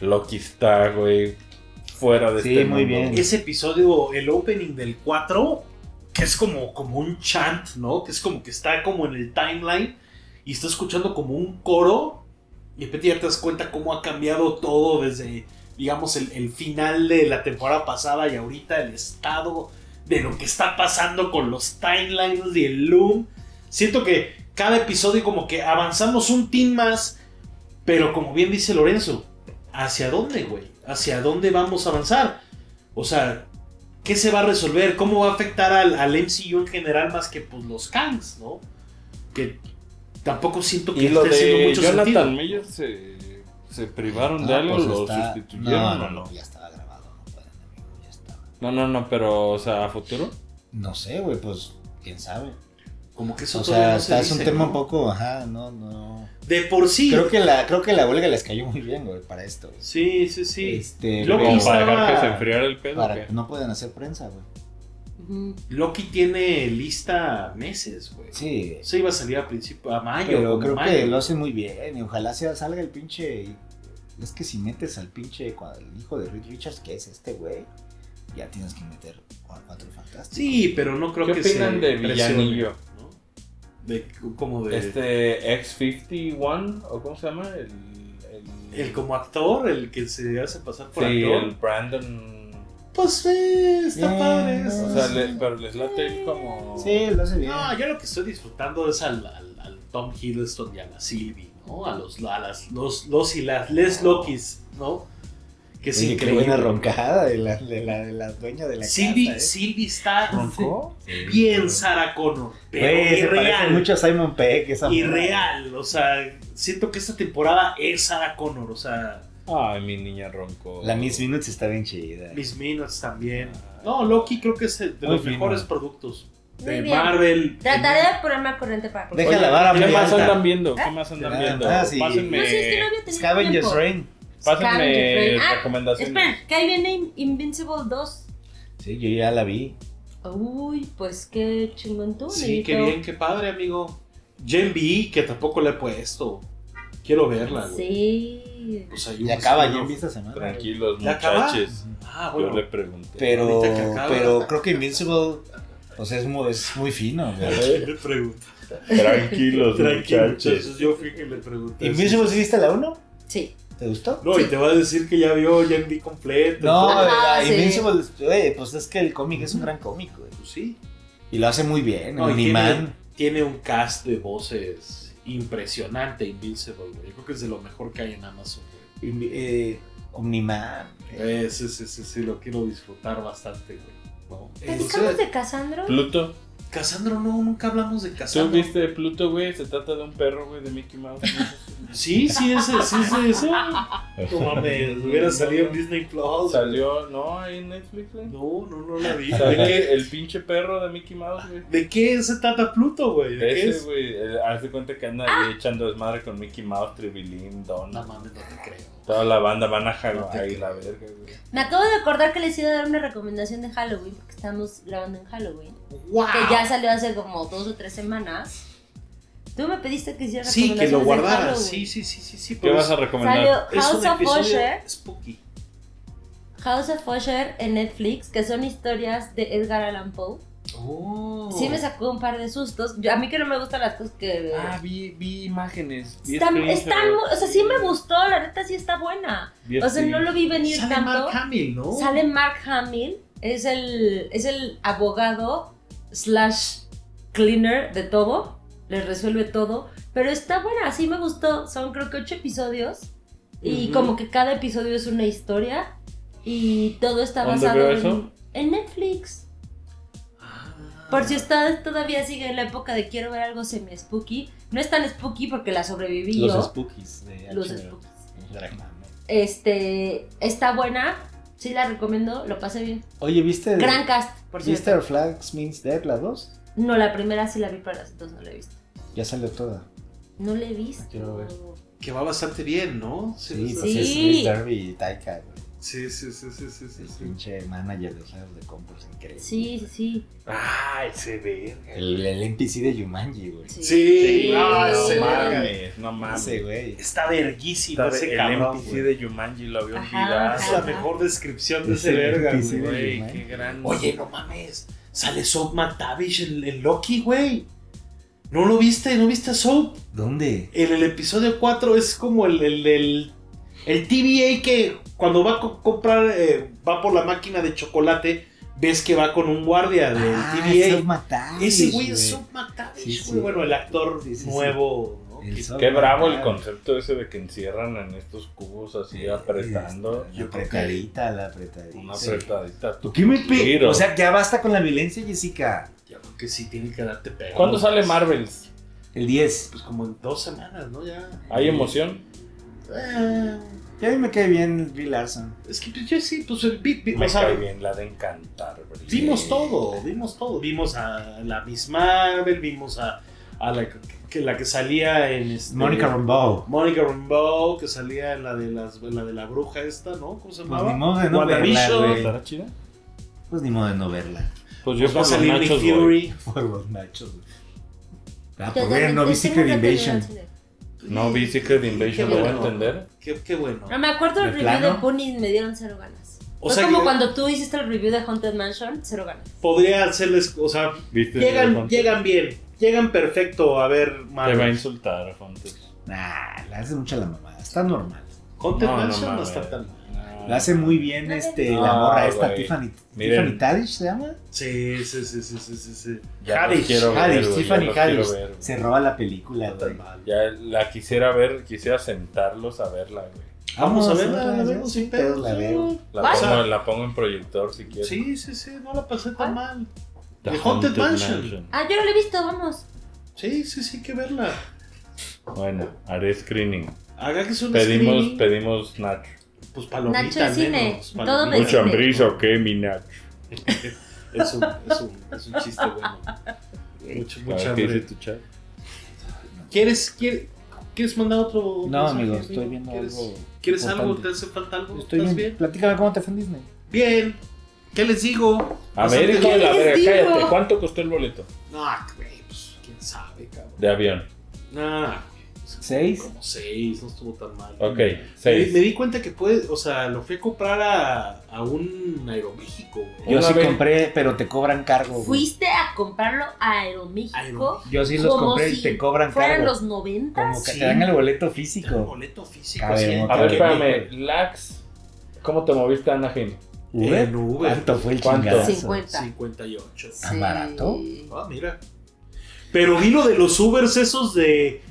C: Loki está, güey, fuera de
A: Sí,
C: este
A: muy
C: mundo.
A: bien.
B: ese episodio, el opening del 4, que es como, como un chant, ¿no? Que es como que está como en el timeline y está escuchando como un coro. Y de repente ya te das cuenta cómo ha cambiado todo desde, digamos, el, el final de la temporada pasada y ahorita el estado de lo que está pasando con los timelines y el loom. Siento que cada episodio como que avanzamos un team más, pero como bien dice Lorenzo, ¿hacia dónde, güey? ¿Hacia dónde vamos a avanzar? O sea, ¿qué se va a resolver? ¿Cómo va a afectar al, al MCU en general más que pues los Kangs, ¿no? Que tampoco siento que
C: Y lo
B: esté haciendo
C: de
B: mucho
C: Jonathan
B: sentido.
C: Miller se, se privaron de
A: Ah,
C: algo,
A: pues
C: lo
A: está-
C: sustituyeron.
A: No, no,
C: o
A: no, ya estaba grabado. No, pueden, amigo, ya estaba.
C: No, no, no, pero, o sea, a futuro.
A: no sé, güey, pues quién sabe.
B: Como que eso
A: O
B: todavía
A: sea,
B: no se
A: está- es un
B: dice,
A: tema
B: ¿no?
A: un poco, ajá, no, no.
B: De por sí.
A: Creo que la, creo que la huelga les cayó muy bien, güey, para esto. güey.
B: Sí, sí, sí.
A: Este,
B: Yo
A: pero-
C: Como
B: pensaba-
C: para dejar que se enfriara el pedo.
A: para
C: ¿o
A: que
C: qué?
A: no pueden hacer prensa, güey.
E: Ujú.
B: Loki tiene lista meses, güey.
A: Sí.
B: Eso iba a salir a principio, a mayo.
A: Pero
B: como
A: creo
B: mayo.
A: que lo hacen muy bien y ojalá sea, salga el pinche... Es que si metes al pinche cua- el hijo de Reed Richards, que es este güey, ya tienes que meter a cuatro fantásticos.
B: Sí, pero no creo
C: ¿Qué
B: que
C: opinan
B: se
C: de
B: presione,
C: Villanillo?
B: ¿no? De, como de...
C: Este X51, o cómo se llama? El. El,
B: El como actor, el que se hace pasar por
C: Sí,
B: actor.
C: el Brandon.
B: Pues eh, está
A: Eh,
B: padre.
A: no.
C: O sea, le- pero les late él como.
A: Sí, lo hace bien.
B: No, yo lo que estoy disfrutando es al, al- al Tom Hiddleston y a la Sylvie, ¿no? A los, a las, los, los y las Les Lokis, ¿no? Que es
A: Oye, qué
B: increíble.
A: buena roncada de la, de la, de la dueña de la
B: Sylvie,
A: casa, ¿eh?
B: Sylvie está
C: ¿Roncó?
B: bien Sarah Connor, pero
A: Güey, se parece
B: irreal.
A: mucho a Simon Peck, esa morra.
B: Irreal, o sea, siento que esta temporada es Sarah Connor, o sea,
C: Ay, mi niña roncó.
A: La Miss Minutes está bien chida.
B: Miss Minutes también. No, Loki creo que es de
A: Muy
B: los
A: fino.
B: mejores productos
E: Muy
B: de
E: bien.
B: Marvel.
E: Trataré de ponerme al corriente para.
A: Deja la vara
C: ¿Qué
A: muy
C: más
A: alta.
C: andan viendo? ¿Qué más andan
A: Ah,
C: viendo?
A: ah, sí.
C: Pásenme,
E: No sé, es que no había tenido
A: Scavengers
E: tiempo.
A: Reign.
C: pásenme
E: Scavengers, ah,
C: recomendaciones.
E: Espera, que ahí viene In- Invincible 2.
A: Sí, yo ya la vi.
E: Uy, pues qué chingón tú,
B: Sí, qué
E: amiguito.
B: bien, qué padre, amigo. Gen B, que tampoco la he puesto. Quiero verla, güey. Pues
E: Sí.
B: O sea, yo-
A: Ya acaba, ya empieza esta semana.
C: Tranquilos,
B: ¿Ya acaba?
C: muchachos.
B: Ah,
C: Yo le
B: bueno.
C: pregunté.
A: Pero,
B: Ahorita que acaba.
A: pero creo que Invincible, o sea, es muy, es muy fino. güey.
B: ¿Quién le pregunta?
C: Tranquilos,
B: Tranquilo,
C: muchachos.
B: muchachos, yo fui quien le pregunté.
A: ¿Invincible sí viste la 1?
E: Sí.
B: Eh,
A: ¿Te gustó?
B: No, y te va a decir que ya vio Gen B completo.
A: No, eh.
B: Entonces,
E: Ajá,
A: la
E: sí.
A: Invincible, güey, pues es que el cómic es un gran cómic, güey.
B: pues sí.
A: Y lo hace muy bien,
B: No,
A: el
B: y tiene,
A: imán.
B: tiene un cast de voces impresionante, Invincible, güey. Yo creo que es de lo mejor que hay en Amazon, güey.
A: Invi- eh, Omniman. eh.
B: Eh, sí, sí, sí, sí, lo quiero disfrutar bastante, güey. No.
E: ¿Platicamos
B: Entonces,
E: de Casandro?
C: Pluto.
B: Casandro, no, nunca hablamos de
C: ¿Tú
B: Casandro.
C: viste Pluto, güey? Se trata de un perro, güey, de Mickey *laughs* Mouse.
B: Sí, sí, ese, sí, sí, eso. No mames,
C: *laughs*
B: hubiera salido en Disney Plus.
C: Salió, no, ahí en Netflix, güey.
B: No, no, no la vi. ¿De
C: Sale
B: qué,
C: el pinche perro de Mickey Mouse, güey.
B: de qué se trata Pluto, güey? ¿De qué
C: Ese,
B: es?
C: güey, eh, haz de cuenta que anda
E: Ah.
C: ahí echando desmadre con Mickey Mouse, Tribilín,
B: No
C: Donald.
B: mames, no te creo.
C: Toda la banda van a
B: No te
C: Hawái, la
B: creo.
C: verga, güey.
E: Me acabo de acordar que les iba a dar una recomendación de Halloween, porque estamos grabando en Halloween.
B: ¡Wow!
E: Que ya salió hace como dos o tres semanas. Tú me pediste que hiciera
B: Sí, que
E: recomendaciones
B: lo
E: de
B: guardara.
E: Halloween.
B: Sí, sí, sí, sí, sí.
C: ¿Qué
B: pero
C: vas a
B: es-
E: Salió
C: recomendar?
B: es
E: House
B: un
E: of
B: episodio
E: Usher,
B: spooky.
E: House of Usher en Netflix, que son historias de Edgar Allan Poe.
B: Oh.
E: Sí me sacó un par de sustos. Yo- a mí que no me gustan las cosas que...
C: Ah, vi, vi imágenes. Vi
E: Están,
C: screenshots.
E: están mu- o sea, sí me gustó, la neta sí está buena.
C: Vi
E: O sea, no lo vi venir
B: Sale
E: tanto.
B: Mark Hamill, ¿no?
E: Sale Mark Hamill, es el, es el abogado slash cleaner de todo, le resuelve todo, pero está buena, sí me gustó, son creo que ocho episodios y
B: Ujú.
E: como que cada episodio es una historia y todo está
C: ¿Dónde
E: basado
C: veo
E: en,
C: eso?
E: en Netflix.
B: Ah.
E: Por si ustedes todavía siguen la época de quiero ver algo semi spooky, no es tan spooky porque la sobreviví
A: Los ah,
E: yo.
A: Spookies de
E: Los
A: HBO.
E: spookies.
A: Gran mame.
E: Este, está buena, sí la recomiendo, lo pasé bien.
A: Oye, ¿viste?
E: Gran cast, por cierto.
A: ¿Viste Flags Means Dead, la 2?
E: No, la primera sí la vi, pero las dos no la he visto.
A: Ya salió toda.
E: No la he visto.
A: Quiero ver.
B: Que va bastante bien, ¿no?
A: Sí,
E: sí.
A: pues es Chris Darby y Taika, güey.
B: Sí, sí, sí, sí, sí, sí,
A: El
B: sí.
A: pinche manager de los juegos de compras, increíble.
E: Sí, sí, sí.
B: Ah, ese verga.
A: El, el NPC de Yumanji, güey.
E: Sí.
B: Sí,
C: Sí,
B: ah,
E: no
B: ese verga.
C: mames, no mames.
A: Ese, güey.
B: Está verguísimo
C: Está
B: ese
C: el
B: cabrón.
C: NPC
B: güey.
C: de Yumanji lo había
E: Ajá,
C: olvidado.
B: Es la mejor descripción de
A: Es
B: ese
A: el
B: verga,
A: NPC de
B: güey.
C: Güey, qué
A: Yumanji.
C: gran.
B: Oye, no mames. Sale Soap Matavish en, en Loki, güey. ¿No lo viste? ¿No viste a Soap?
A: ¿Dónde?
B: En el episodio 4 es como el, el, el, el TVA que cuando va a co- comprar, eh, va por la máquina de chocolate, ves que va con un guardia del
A: Ah,
B: TVA.
A: matar.
B: Ese güey es Ah, Soap Matavish,
A: Sí,
B: güey.
A: sí.
B: Bueno, el actor
A: Sí, sí, sí.
B: nuevo, ¿no?
A: El
B: Que-
A: Soap
C: Qué bravo el
A: Matavish.
C: concepto ese de que encierran en estos cubos así apretando.
A: Este, La apretadita, la apretadita.
C: Una apretadita.
A: ¿Tú qué me pe-
C: Tiro.
A: O sea, ya basta con la violencia, Jessica.
B: Yo creo que sí tiene que darte pegado.
C: ¿Cuándo sale Marvels?
A: El 10.
B: Pues como en dos semanas, ¿no? Ya.
C: ¿Hay emoción?
B: Eh,
A: Y a mí me cae bien Bill Larson.
B: es que pues, yo sí, pues el beat, beat,
C: Me
B: o sea,
C: cae bien la de encantar. Brie.
B: Vimos todo, vimos todo. Vimos a la Miss Marvel, vimos a, a la, que, la que salía en... Este,
A: Mónica Rambeau.
B: Mónica Rambeau, que salía en la de, las, en la de la bruja esta, ¿no? ¿Cómo se
A: Pues
B: llamaba?
A: ni modo de no verla,
B: WandaVision.
A: güey.
C: ¿Estará chida?
A: Pues ni modo de no verla.
C: Pues yo
B: Pues va a
C: por los
B: salir Nick
C: nachos voy.
B: Fury.
A: Por los machos, güey. Ah,
D: Yo
A: por ver, no
D: también-
A: vi
D: yo
A: Secret
D: nunca he tenido
A: Invasion.
D: el cine.
C: No vi Secret Invasion,
E: Qué
C: lo voy a
B: bueno.
C: entender.
B: Qué, qué bueno.
E: No me acuerdo
A: ¿De
E: el review
A: plano?
E: de Punis, me dieron cero ganas.
B: O
E: Fue
B: sea,
E: como
B: que-
E: cuando tú hiciste el review de Haunted Mansion, cero ganas.
B: Podría hacerles, o sea,
C: ¿Viste?
B: llegan,
C: Fontes?
B: llegan bien, llegan perfecto a ver
C: Te va a
B: Marvel.
C: insultar, Fontes.
A: Nah, la hace mucha la mamada. Está normal.
B: Content
C: No, no
B: Mansion no,
C: mames.
B: está tan mal.
A: La hace muy bien este, la
C: Ah,
A: morra esta,
C: güey.
A: Tiffany.
C: Miren.
A: ¿Tiffany Tadish se llama?
B: Sí, sí, sí, sí, sí, sí, sí.
C: Ya los
B: Haddish,
C: quiero ver,
A: Haddish,
C: güey, ya
A: Tiffany
C: los
A: Haddish.
C: quiero ver, güey.
A: Se roba la película,
B: No tan
A: güey.
B: mal.
C: Ya la quisiera ver, quisiera sentarlos a verla, güey.
B: Vamos a verla,
A: verla,
B: la vemos sin
A: pedos,
B: pedos.
A: La
B: sí.
A: veo.
C: La
E: ¿Cuál?
C: pongo, la pongo en proyector si quieres.
B: Sí, sí, sí, no la pasé tan
E: ¿Cuál?
B: mal. The Haunted Mansion.
E: Ah, yo no lo he visto, vamos.
B: Sí, sí, sí, hay que verla.
C: Bueno, haré screening.
B: Haga que sea un
C: Pedimos,
B: screening,
C: pedimos Nacho.
B: pues palomita
E: Nacho de
B: al
E: cine,
B: menos,
E: todo
B: palomita.
E: de Mucho cine. hambre.
C: hambrizo, ¿qué, mi Nacho?
B: Es un, es un, es un chiste bueno. Mucho,
C: A ver,
B: mucha
C: ¿Qué dice
B: hambre.
C: tu chat?
B: ¿Quieres, quiere- quieres mandar otro?
A: No,
B: mensaje?
A: amigo, estoy viendo
B: ¿Quieres,
A: algo.
B: ¿Quieres algo? ¿Te
A: importante.
B: hace falta algo?
A: Estoy
B: ¿Estás
A: bien.
B: bien?
A: Platícame cómo te fue en Disney.
B: Bien. ¿Qué les digo?
C: A ver,
B: Bastante
C: hijo de la
E: les
C: verga,
E: digo?
C: cállate. ¿Cuánto costó el boleto?
B: No, güey, pues quién sabe, cabrón.
C: De avión.
B: Nah, güey,
A: ¿Seis?
B: como seis, no estuvo tan mal.
C: Ok,
B: Me, me
C: seis.
B: di cuenta que puede, o sea, lo fui a comprar a, a un Aeroméxico, güey.
A: Yo
C: Una
A: sí
C: vez.
A: compré, pero te cobran cargo. Oh, güey.
E: Fuiste a comprarlo a Aeroméxico.
B: Aeroméxico.
A: Yo sí los
E: como
A: compré y
E: si
A: te cobran
E: Fueran
A: cargo.
E: los 90.
A: Como que
B: sí.
A: te dan el boleto
B: Era un
A: físico.
B: boleto físico.
A: Cabe,
B: así,
A: no,
C: A ver,
A: Ok.
C: espérame. Lax, ¿cómo te moviste a Anaheim?
A: Uber.
B: En Uber.
A: ¿Cuánto fue el
C: ¿Cuánto?
A: chingadazo?
E: 50.
B: 58.
A: ¿Tan barato?
B: Ah, mira. Pero vi lo de los Ubers esos de.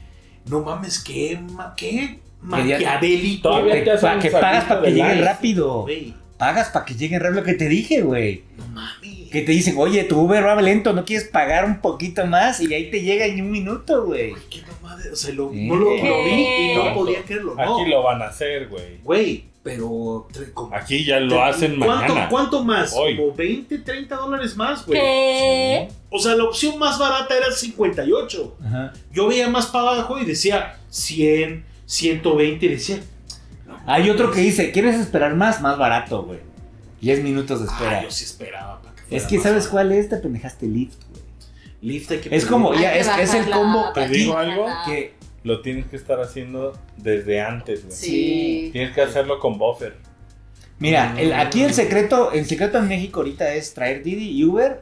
B: No mames, qué, ma- qué
A: Quería-
B: maquiavélico.
C: Todavía
A: Que,
C: te hacen
A: pa- que
C: un
A: pagas
C: saquito
A: para que
C: de
A: lleguen
C: likes.
A: rápido.
B: Güey,
A: Pagas para que lleguen rápido. Lo que te dije, güey.
B: no mames.
A: Que te dicen, oye, tu Uber va lento, ¿no quieres pagar un poquito más? Y ahí te llega en un minuto, güey.
B: Güey, qué mamada. O sea, lo,
A: Sí.
B: no lo, lo
E: ¿Qué?
B: vi y no podía creerlo. No.
C: Aquí lo van a hacer, güey.
B: Güey, pero. tre- como-
C: Aquí ya lo hacen
B: ¿Cuánto,
C: mañana.
B: ¿Cuánto más?
C: Hoy.
B: Como 20, 30 dólares más, güey.
E: ¿Qué?
B: O sea, la opción más barata era 58.
A: Ajá.
B: Yo veía más para abajo y decía 100, 120 y decía.
A: Hay otro que dice, ¿quieres esperar más? Más barato, güey. 10 minutos de espera.
B: Ah, yo sí esperaba para que fuera
A: es que,
B: más
A: ¿sabes
B: barato.
A: cuál es? Te pendejaste Lyft, güey.
B: Lyft hay que
A: Es
B: pedir.
A: como, ya,
E: Hay que
A: es, es el
E: bajarla,
A: combo
C: Te
A: aquí
C: digo algo
E: Ah,
A: que
C: Lo tienes que estar haciendo desde antes, güey.
E: Sí.
C: Tienes que hacerlo con buffer.
A: Mira, el- aquí el secreto, el secreto en México ahorita es traer Didi y Uber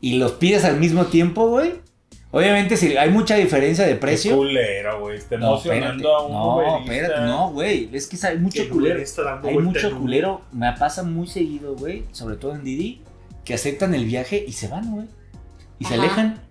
A: y los pides al mismo tiempo, güey. Obviamente si hay mucha diferencia de
C: Qué
A: precio.
C: culero, güey. Está
A: No, espérate,
C: emocionando a un
A: no,
C: uberista.
A: espérate, no, güey. Es que hay
B: Que
A: mucho
B: el Uber
A: culero.
B: está dando
A: Hay
B: vuelta
A: mucho
B: en un-
A: culero. Me pasa muy seguido, güey. Sobre todo en Didi, que aceptan el viaje y se van, güey. Y se
E: Ajá.
A: alejan.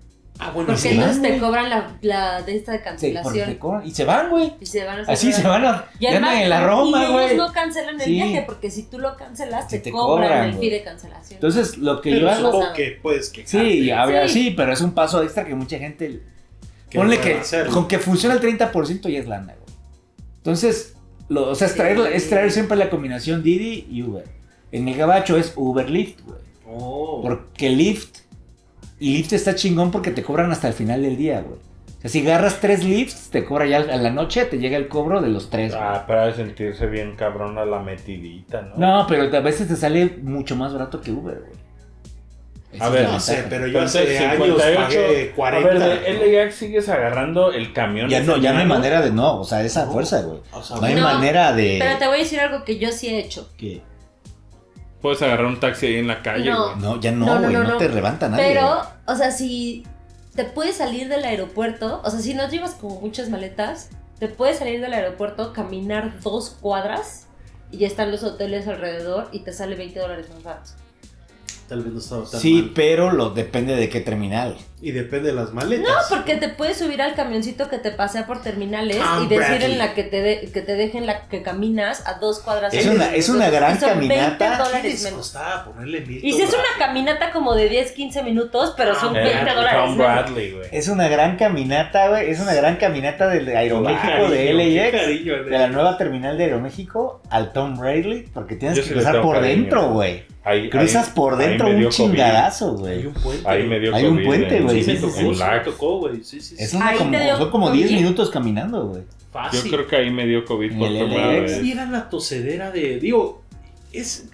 B: Ah, bueno,
A: Porque
E: Porque
B: sí.
A: no-
E: entonces
A: van, güey.
E: te cobran la, la de esta
A: Se- porque te
E: cancelación.
A: cobran- y se van, güey.
E: Y se van a
A: Así se van a.
E: Y
A: ya andan
E: además,
A: en la
E: y
A: Roma,
E: ellos
A: güey.
E: no cancelan el
A: Sí.
E: viaje porque si tú lo cancelas
A: Sí
E: te,
A: te
E: cobran,
A: cobran,
E: el
A: güey.
E: fee de cancelación.
A: Entonces, lo que
B: Pero
A: yo hago.
B: supongo
E: hago-
B: que puedes quejarte.
A: Sí, a ver,
E: Sí.
A: sí, pero es un paso extra que mucha gente.
B: Que
A: ponle
B: no
A: que
B: va a hacer.
A: con que funciona el 30% ya es lana, güey. Entonces, lo, o sea, es
E: Sí.
A: traer, es traer siempre la combinación Didi y Uber. En el gabacho es Uber Lyft, güey.
B: Oh.
A: Porque Lyft. Y Lyft está chingón porque te cobran hasta el final del día, güey. O sea, si agarras tres lifts, te cobra ya a la noche, te llega el cobro de los tres. güey.
C: Ah, para sentirse bien cabrona la metidita, ¿no?
A: no, pero a veces te sale mucho más barato que Uber, güey. Esa
C: A
A: es
C: ver,
A: la
B: No sé,
A: ventaja.
B: pero yo hace
C: Entonces,
B: años
C: 58,
B: pagué 40.
C: A ver, de LAX sigues agarrando el camión.
A: Ya
C: ese
A: no, ya no hay
C: mismo.
A: manera de no, o sea, esa
B: No.
A: fuerza, güey.
B: O sea,
A: No hay
E: No,
A: manera de.
E: Pero te voy a decir algo que yo sí he hecho.
A: que-
C: Puedes agarrar un taxi ahí en la calle,
E: No.
C: güey.
A: No, ya
E: No,
A: no,
E: no,
A: güey, no,
E: no, no.
A: te levanta nadie.
E: Pero, o sea, si te puedes salir del aeropuerto, o sea, si no llevas como muchas maletas, te puedes salir del aeropuerto, caminar dos cuadras y ya están los hoteles alrededor y te sale 20 dólares más barato.
B: tal vez no estaba tan
A: Sí,
B: mal.
A: pero lo depende de qué terminal.
B: Y depende de las maletas.
E: No, porque te puedes subir al camioncito que te pasea por terminales
A: Ah,
B: Tom
E: y decir
B: Bradley.
E: en la que te, de- que te dejen la que caminas a dos cuadras.
A: Es
E: de-
A: una- es una
E: y
A: gran
E: son 20
A: caminata.
B: ¿Qué
E: dólares
B: les
E: menos.
B: costaba ponerle mil
E: Y si es
B: Tom
E: una caminata como de 10, 15 minutos, pero son
B: Ah,
E: 20
C: Era
E: dólares.
C: Eh, Tom
E: menos.
C: Bradley, güey.
A: Es una gran caminata, güey. Es una gran caminata del Aeroméxico de
B: Bradley? Qué
A: LAX.
B: cariño,
A: De la nueva terminal de Aeroméxico al Tom Bradley, porque tienes
C: Yo
A: que
C: sí le
A: cruzar
C: tengo
A: por
C: cariño.
A: dentro, güey.
C: Ahí-
A: Cruzas
C: ahí-
A: por
C: ahí
A: dentro
C: me
A: un
C: dio COVID.
A: chingadazo,
B: Hay
A: güey.
B: un puente.
C: Ahí me dio
A: Hay un
C: COVID,
A: puente,
C: eh.
A: güey.
B: Sí, me
A: Sí, sí,
B: tocó,
C: En
B: sí me
C: Lax.
B: tocó, güey. Sí, sí, sí.
A: Es
E: Ahí
A: como,
E: te dio
A: son como 10
E: COVID.
A: minutos caminando, güey.
C: Yo
B: fácil.
C: creo que ahí me dio COVID por
A: El
C: primera
A: LX.
C: vez.
B: Sí, era la tosedera de. Digo, es.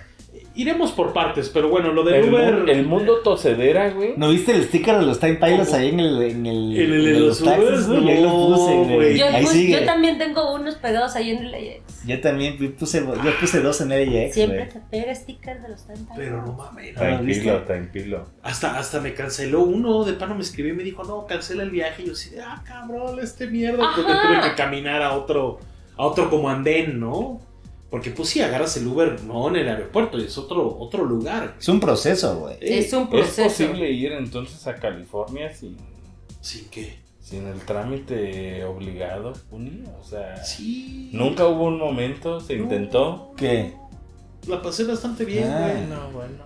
B: Iremos por partes, pero bueno, lo del
C: El, mu-
B: Uber.
C: el mundo tocedera, güey.
A: ¿No viste el sticker de los Time Pilots ahí en el. En el,
B: ¿En el de
A: en
B: los Ubers?
A: güey? Ahí lo
B: No,
A: puse,
B: güey.
A: güey.
E: Yo,
A: Ahí
E: pues,
A: sigue.
E: yo también tengo unos pegados ahí en el Ajax.
A: Yo también pi- puse, yo puse dos en LAX,
E: Siempre
A: güey.
E: te pega stickers de los tantas.
B: Pero no mames.
A: Ah.
C: Tranquilo,
A: ¿viste?
C: tranquilo.
B: Hasta, hasta me canceló uno. De pano me escribió y me dijo, no, cancela el viaje. Y yo así, de, ah, cabrón, este mierda. Porque
E: Ajá.
B: tuve que caminar a otro, a otro como andén, ¿no? Porque pues sí, agarras el Uber, no en el aeropuerto, es otro, otro lugar.
A: Es un proceso, güey.
E: Es un
C: ¿Es
E: proceso.
C: posible ir entonces a California sin,
B: Sin que.
C: sin el trámite obligado, Puni? O sea,
B: Sí.
C: nunca hubo un momento, se intentó.
A: ¿Qué?
B: La pasé bastante bien,
A: Ah.
B: güey. No, bueno.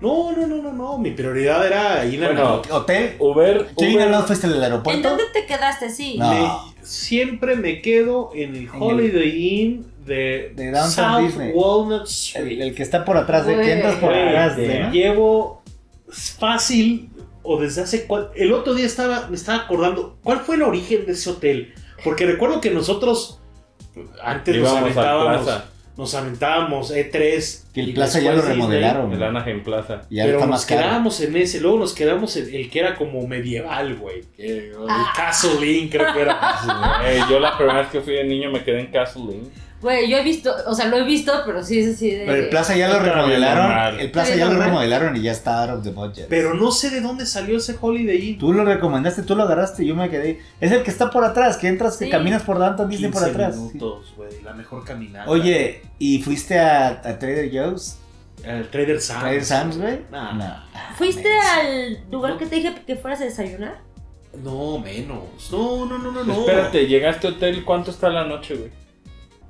B: No, no, no, no, no. Mi prioridad era ir a
C: Bueno,
A: ¿Hotel?
C: Uber,
A: ¿Terminal no
C: Uber,
A: fuiste en el
E: ¿En
A: aeropuerto?
E: dónde te quedaste? Sí.
A: No.
B: Me- siempre me quedo en el
A: el-
B: Holiday Inn de,
A: De Downtown
B: South
A: Disney.
B: Walnut Street.
A: El, ¿Ah? el que está por atrás de.
E: Güey.
A: que entras por
B: Güey,
A: atrás
B: te
A: de. ¿no?
B: Llevo fácil o desde hace cuál el otro día estaba me estaba acordando cuál fue el origen de ese hotel, porque recuerdo que nosotros antes nos
C: íbamos al
B: aventábamos,
C: Plaza,
B: nos aventábamos E3
A: Que el
B: y
A: plaza ya lo
B: después Disney,
A: remodelaron.
C: el
A: güey.
C: Anaheim Plaza.
A: Y ahora está
B: pero nos
A: más caro.
B: quedábamos en ese, luego nos quedamos en el que era como medieval, güey. que- El Castle Inn creo que
A: *laughs*
B: era.
C: Eh, yo la primera vez que fui de niño me quedé en Castle Inn.
E: Güey, yo he visto, o sea, lo he visto, pero sí es así de.
A: Pero el plaza ya lo
C: Está bien
A: remodelaron.
C: normal.
A: El plaza
E: Está
A: ya
E: bien
A: lo
E: normal.
A: remodelaron y ya está out of the budget.
B: Pero no sé de dónde salió ese Holiday Inn.
A: Tú lo recomendaste, tú lo agarraste, yo me quedé. Es el que está por atrás, que entras, que
E: Sí.
A: caminas por Downtown Disney por
B: 15
A: atrás.
B: minutos, güey, la mejor caminata.
A: Oye, ¿y fuiste a, a Trader Joe's?
B: el Trader Sam's.
A: ¿Trader Sam's, güey? Ah,
B: Nah.
E: ¿Fuiste
A: Menso.
E: al lugar que te dije que fueras a desayunar?
B: No, menos. No, no, no, no, no.
C: Espérate, llegaste a hotel, ¿cuánto está la noche, güey?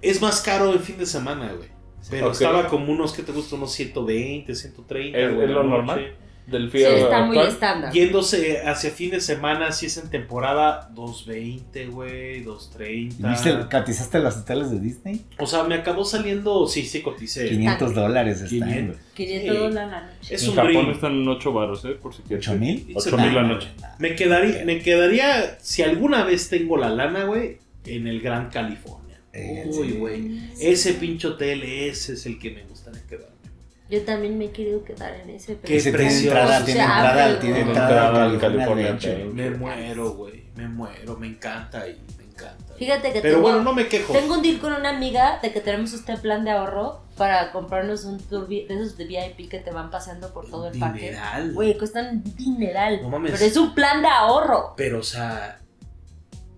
B: Es más caro el fin de semana, güey. Pero
C: Ok.
B: estaba como unos, ¿qué te gusta? Unos 120, 130.
C: ¿Es-
B: güey,
C: es lo
B: la noche.
C: normal? Del
E: Sí,
C: frío
E: está muy
C: actual.
E: estándar.
B: Yéndose hacia fin de semana, si es en temporada, 220,
A: ¿Y
B: güey,
A: ¿Viste,
B: 230.
A: cotizaste los hoteles de Disney?
B: O sea, me acabó saliendo, sí, sí, coticé.
A: 500 dólares están,
B: 500.
A: güey.
E: 500 dólares la noche.
B: Es
C: En
B: un
C: Japón
B: dream.
C: están en 8 baros, ¿eh? Por si quieres.
A: ¿Ocho mil?
B: It's a
C: 8 mil la
B: dream.
C: noche.
B: Me quedaría, me quedaría, si alguna vez tengo la lana, güey, en el Gran California.
A: Eh,
B: Uy,
A: sí.
B: güey. Ese pinche hotel, ese es el que me gustaría quedarme.
E: Yo también me he querido quedar en ese. pero-
B: Qué
A: Ese tiene
B: precioso.
A: entrada, tiene
E: O sea,
A: entrada,
E: abre-
A: tiene
C: Tiene
A: entrada
C: entrada
A: al
C: al
A: California
C: California
A: Adventure.
C: Hotel.
B: Me muero, güey. Me muero. Me encanta y me encanta.
E: Fíjate que
B: Pero
E: tengo,
B: bueno, no pues. me quejo.
E: tengo un deal con una amiga de que tenemos este plan de ahorro para comprarnos un tour vi- de esos de VIP que te van pasando por todo el parque.
B: Dineral.
E: Güey, cuestan dineral.
B: No mames.
E: Pero es un plan de ahorro.
B: Pero, o sea.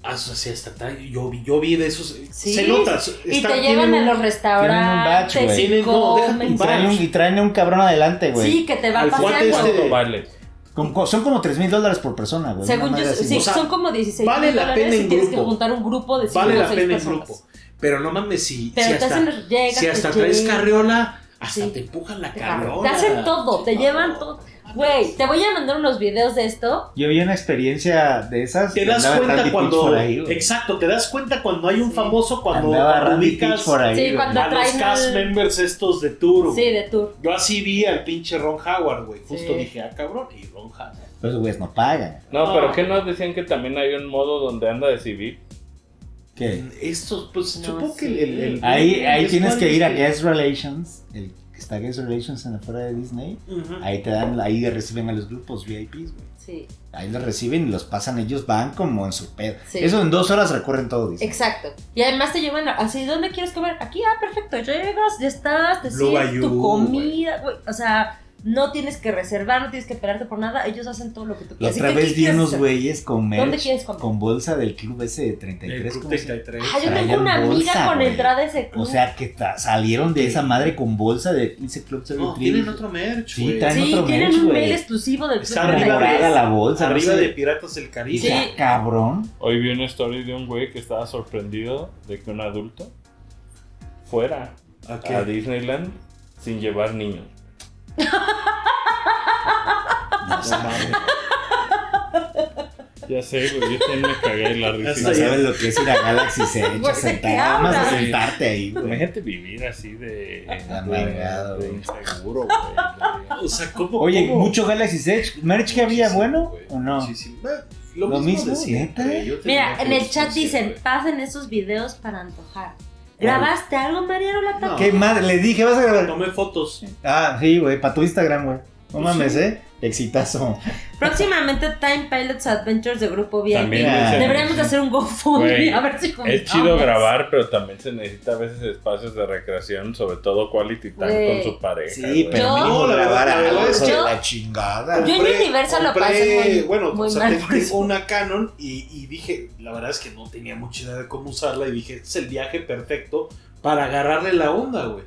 B: as- o sea, hasta tal- yo, vi- yo vi de esos.
E: Sí.
B: Se nota.
E: Y te llevan a los restaurantes.
A: tienen un batch,
E: y
B: güey. No, deja
E: comen.
A: Y traen, un, y traen un cabrón adelante, güey.
E: Sí, que te va
B: Al
E: paseando.
B: cuate este-
C: ¿Cuánto vale?
A: Con- con- son como 3 mil dólares por persona, güey.
E: Según
A: una
E: yo,
A: madre así,
E: sí,
B: O sea,
E: son como 16
B: vale
E: mil
B: la
E: dólares
B: pena
E: y
B: en
E: tienes que
B: grupo.
E: juntar un grupo de 5
B: Vale
E: o
B: la
E: 6
B: pena en
E: personas.
B: grupo. Pero no mames, si,
E: Pero
B: si
E: te
B: hasta,
E: hacen llegas,
B: si hasta
E: te
B: traes
E: llevan,
B: carriola, hasta
E: Sí.
B: te empujan la
E: te
B: carriola.
E: hacen todo, te
B: No,
E: llevan
B: no,
E: todo.
B: mames.
E: Güey, te voy a mandar unos videos de esto
A: Yo vi una experiencia de esas.
B: Te
A: y
B: das
A: andaba Randy
B: cuenta
A: Pitch
B: cuando.
A: por ahí, güey.
B: exacto, te das cuenta cuando hay un
E: Sí.
B: famoso, cuando
A: Andaba
B: cuando
A: Randy
B: ubicas
A: Pitch por ahí.
E: Sí,
A: güey.
E: cuando-
B: a los
E: traen
B: cast
E: al-
B: members estos de Tour.
E: Sí, de tour.
B: Yo así vi al pinche Ron Howard, güey. Justo
E: Sí.
B: dije, ah, cabrón, y Ron Howard.
A: Los güeyes no pagan.
C: No,
B: Ah.
C: pero ¿qué nos decían que también hay un modo donde anda de civil?
A: ¿Qué?
B: Estos, pues,
E: No,
B: supongo que el.
E: sí.
B: el- el-
A: Ahí, ahí
B: es
A: tienes
B: cual
A: que ir a
B: este-
A: Guest Relations, el que está Guest Relations en afuera de Disney.
B: Ujú.
A: Ahí te dan, ahí reciben a los grupos VIPs, güey.
E: Sí,
A: Ahí los reciben y los pasan, ellos van como en su pedo.
E: Sí.
A: Eso en dos horas recorren todo Disney.
E: exacto. Y además te llevan a- así, ¿dónde quieres comer? Aquí, ah, perfecto. Llegas, ya estás, te
B: Blue
E: sirves
B: Bayou,
E: tu
B: güey.
E: comida, güey. O sea, No tienes que reservar, no tienes que pelarte por nada. Ellos hacen todo lo que tú
A: La
E: quieres.
A: otra
E: ¿Y qué
A: vez vi
E: quieres
A: unos
E: hacer?
A: güeyes con
E: ¿Dónde
A: merch,
E: quieres comprar?
A: con bolsa del club ese de 33.
B: Club
A: ¿cómo se llama?
B: 33.
E: Ah, yo
A: traían
E: tengo una amiga
A: bolsa,
E: con
A: güey.
E: entrada a ese club.
A: O sea, que ta- salieron de esa madre con bolsa de ese club. Service
B: No,
A: Club.
B: tienen otro merch,
A: Sí,
B: güey.
A: traen
E: sí,
A: otro
E: tienen
A: merch,
E: un
A: güey.
E: mail exclusivo del
B: Está
E: club de
B: arriba
E: la
A: morada
E: iglesia.
A: la bolsa. no
B: Arriba
A: sé.
B: de Piratas del Caribe.
A: Dije,
E: Sí.
A: "Ah, cabrón.
C: Hoy vi una story de un güey que estaba sorprendido de que un adulto fuera
A: Ah,
B: Ok.
C: a Disneyland sin llevar niños.
B: No mames.
C: Ya sé, güey, yo también me cagué
A: *laughs*
C: la
A: No
B: Hasta
C: risa.
B: ya.
A: sabes lo que es ir a Galaxy Edge a
E: Güey,
A: sentar,
E: ¿qué
A: nada más a
E: hablas?
A: sentarte ahí, güey.
C: Imagínate vivir así de...
A: Amargado,
C: de
A: güey.
C: inseguro, güey.
B: O sea, ¿cómo?
A: Oye,
B: cómo?
A: mucho Galaxy Edge. ¿Merch que había
B: Muchísimo,
A: bueno
B: güey,
A: o no?
B: muchísimo. Eh, Lo,
A: ¿Lo
B: mismo,
A: mismo?
B: de siempre,
A: ¿Neta?
B: yo tenía
E: Mira,
B: que
E: en el
B: buscar
E: chat dicen,
B: siempre.
E: pasen esos videos para antojar. ¿Grabaste algo, Mariano Lata?
B: No.
A: ¿Qué madre? Le dije, vas a grabar.
B: Tomé fotos.
A: Ah, sí, güey, para tu Instagram, güey. No
B: Pues
A: mames,
B: sí.
A: ¿eh? Exitazo.
E: Próximamente Time Pilots Adventures de Grupo VIP.
C: También
A: Ah.
C: dicen-
E: Deberíamos de hacer un
C: Güey,
E: GoFundMe, *laughs* a ver si
C: Es
E: juntamos.
C: chido grabar, pero también se necesita a veces espacios de recreación, sobre todo quality time
E: Güey.
C: con su pareja.
A: Sí,
C: güey.
A: pero
E: Yo-
A: mínimo
B: No, la
A: grabar
B: verdad, la
A: algo,
B: verdad
E: es
A: hijo de
E: que-
A: la chingada.
E: Yo en
B: Compré-
E: Universal lo
B: compré,
E: pasé muy-
B: bueno,
E: muy
B: o sea,
E: mal
B: te-
E: por eso.
B: tengo una Canon y, y dije, la verdad es que no tenía mucha idea de cómo usarla y dije, es el viaje perfecto para agarrarle la onda, güey.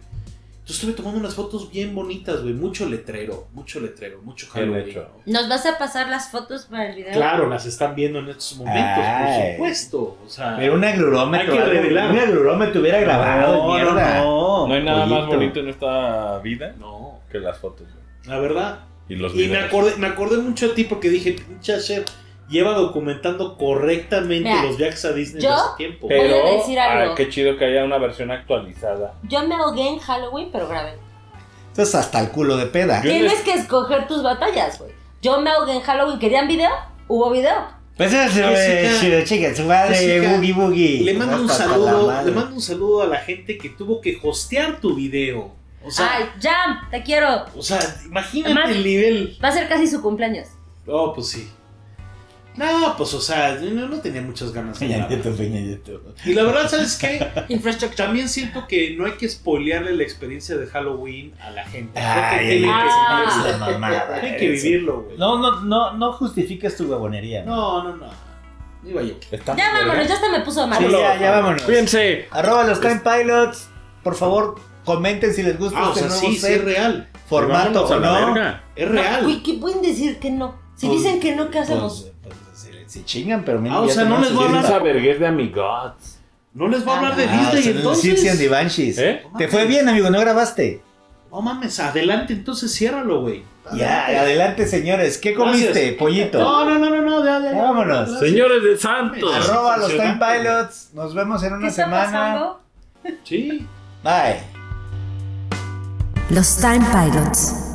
B: Yo estuve tomando unas fotos bien bonitas, güey, mucho letrero, mucho letrero, mucho
C: Bien
B: Halloween.
C: hecho.
E: ¿Nos vas a pasar las fotos para el video?
B: Claro, las están viendo en estos momentos,
A: Ay.
B: por supuesto. O sea,
A: Pero un aglurómetro.
B: Hay que
A: algo,
B: revelar.
A: Un aglurómetro hubiera grabado,
B: no, no,
A: mierda.
B: no,
C: No hay nada más
A: Pollito.
C: bonito en esta vida
B: No,
C: que las fotos. güey.
B: la verdad.
C: Y los
B: Y me
C: videos.
B: acordé, me acordé mucho de ti porque dije, pinche Asher lleva documentando correctamente
E: Mira,
B: los viajes a Disney
E: yo-
B: de hace tiempo.
E: Voy a
C: Pero,
E: decir algo.
C: ah, qué chido que haya una versión actualizada.
E: Yo me ahogué en Halloween, pero grabé.
A: Entonces hasta el culo de peda.
C: Yo-
E: Tienes que escoger tus batallas, güey. Yo me ahogué en Halloween. ¿Querían video? Hubo video.
A: Pues eso,
B: Jessica,
A: es chido, chica, su madre,
B: Jessica,
A: boogie boogie.
B: Le mando un
A: Hasta la
B: saludo,
A: madre.
B: le
A: *laughs*
B: mando un saludo a la gente que tuvo que hostear tu video. O sea,
E: Ay, Jam, te quiero.
B: o sea, imagínate
E: Además-
B: el nivel.
E: Va a ser casi su cumpleaños.
B: Oh, pues sí. No, pues o sea, no, no tenía muchas ganas de
A: Peña
B: grabar.
A: Nieto, Peña Nieto.
B: Y la verdad, ¿sabes qué?
E: Infraestructura.
B: También siento que no hay que spoilearle la experiencia de Halloween a la gente. Creo que
A: Ay,
B: tienen
E: ay, ay,
B: que,
A: la mamada.
B: tienen que
A: eso.
B: vivirlo, güey.
A: No, no, no, no justifiques tu huevonería.
B: No, no, no. No iba yo.
C: Está
E: Ya vámonos, ya hasta me puso de
A: Sí,
E: mal.
A: ¿eh? ya, ya vámonos.
C: Cuídense.
A: Arroba los Time Pilots. Por favor, comenten si les gusta
B: Ah, o
A: este
B: sea,
A: nuevo
B: sí, sí
A: set,
B: es real.
A: formato
C: Vámonos a
A: o
C: la
A: no.
C: verga.
B: Es real.
E: Güey, ¿qué pueden decir que no? Si
B: Pues-
E: dicen que no, ¿qué hacemos?
A: Pues, pues, se, se chingan, pero mínimo
B: Ah, o
A: ya
B: sea, no
A: tenemos
B: les voy
A: su
B: a hablar
A: lista.
C: Esa vergüenza de amigos.
B: No les voy a hablar de
A: Ah, o sea,
B: Disney
A: los Gypsy and the
B: entonces.
A: Banshees.
C: ¿Eh?
B: No
A: Te fue
B: mames.
A: bien, amigo, no grabaste.
B: No mames, adelante, entonces ciérralo, güey.
A: Ya,
B: Adelante.
A: adelante, señores. ¿Qué comiste,
B: Gracias.
A: pollito?
B: No, no, no, no, no, ya, ya, ya.
A: Vámonos.
B: Gracias.
C: Señores de Santos.
A: Arroba los Time
B: Impresionante.
A: Pilots. Nos vemos en
E: ¿Qué
A: una
E: está
A: semana.
E: pasando?
B: Sí.
A: Bye.
F: Los Time Pilots.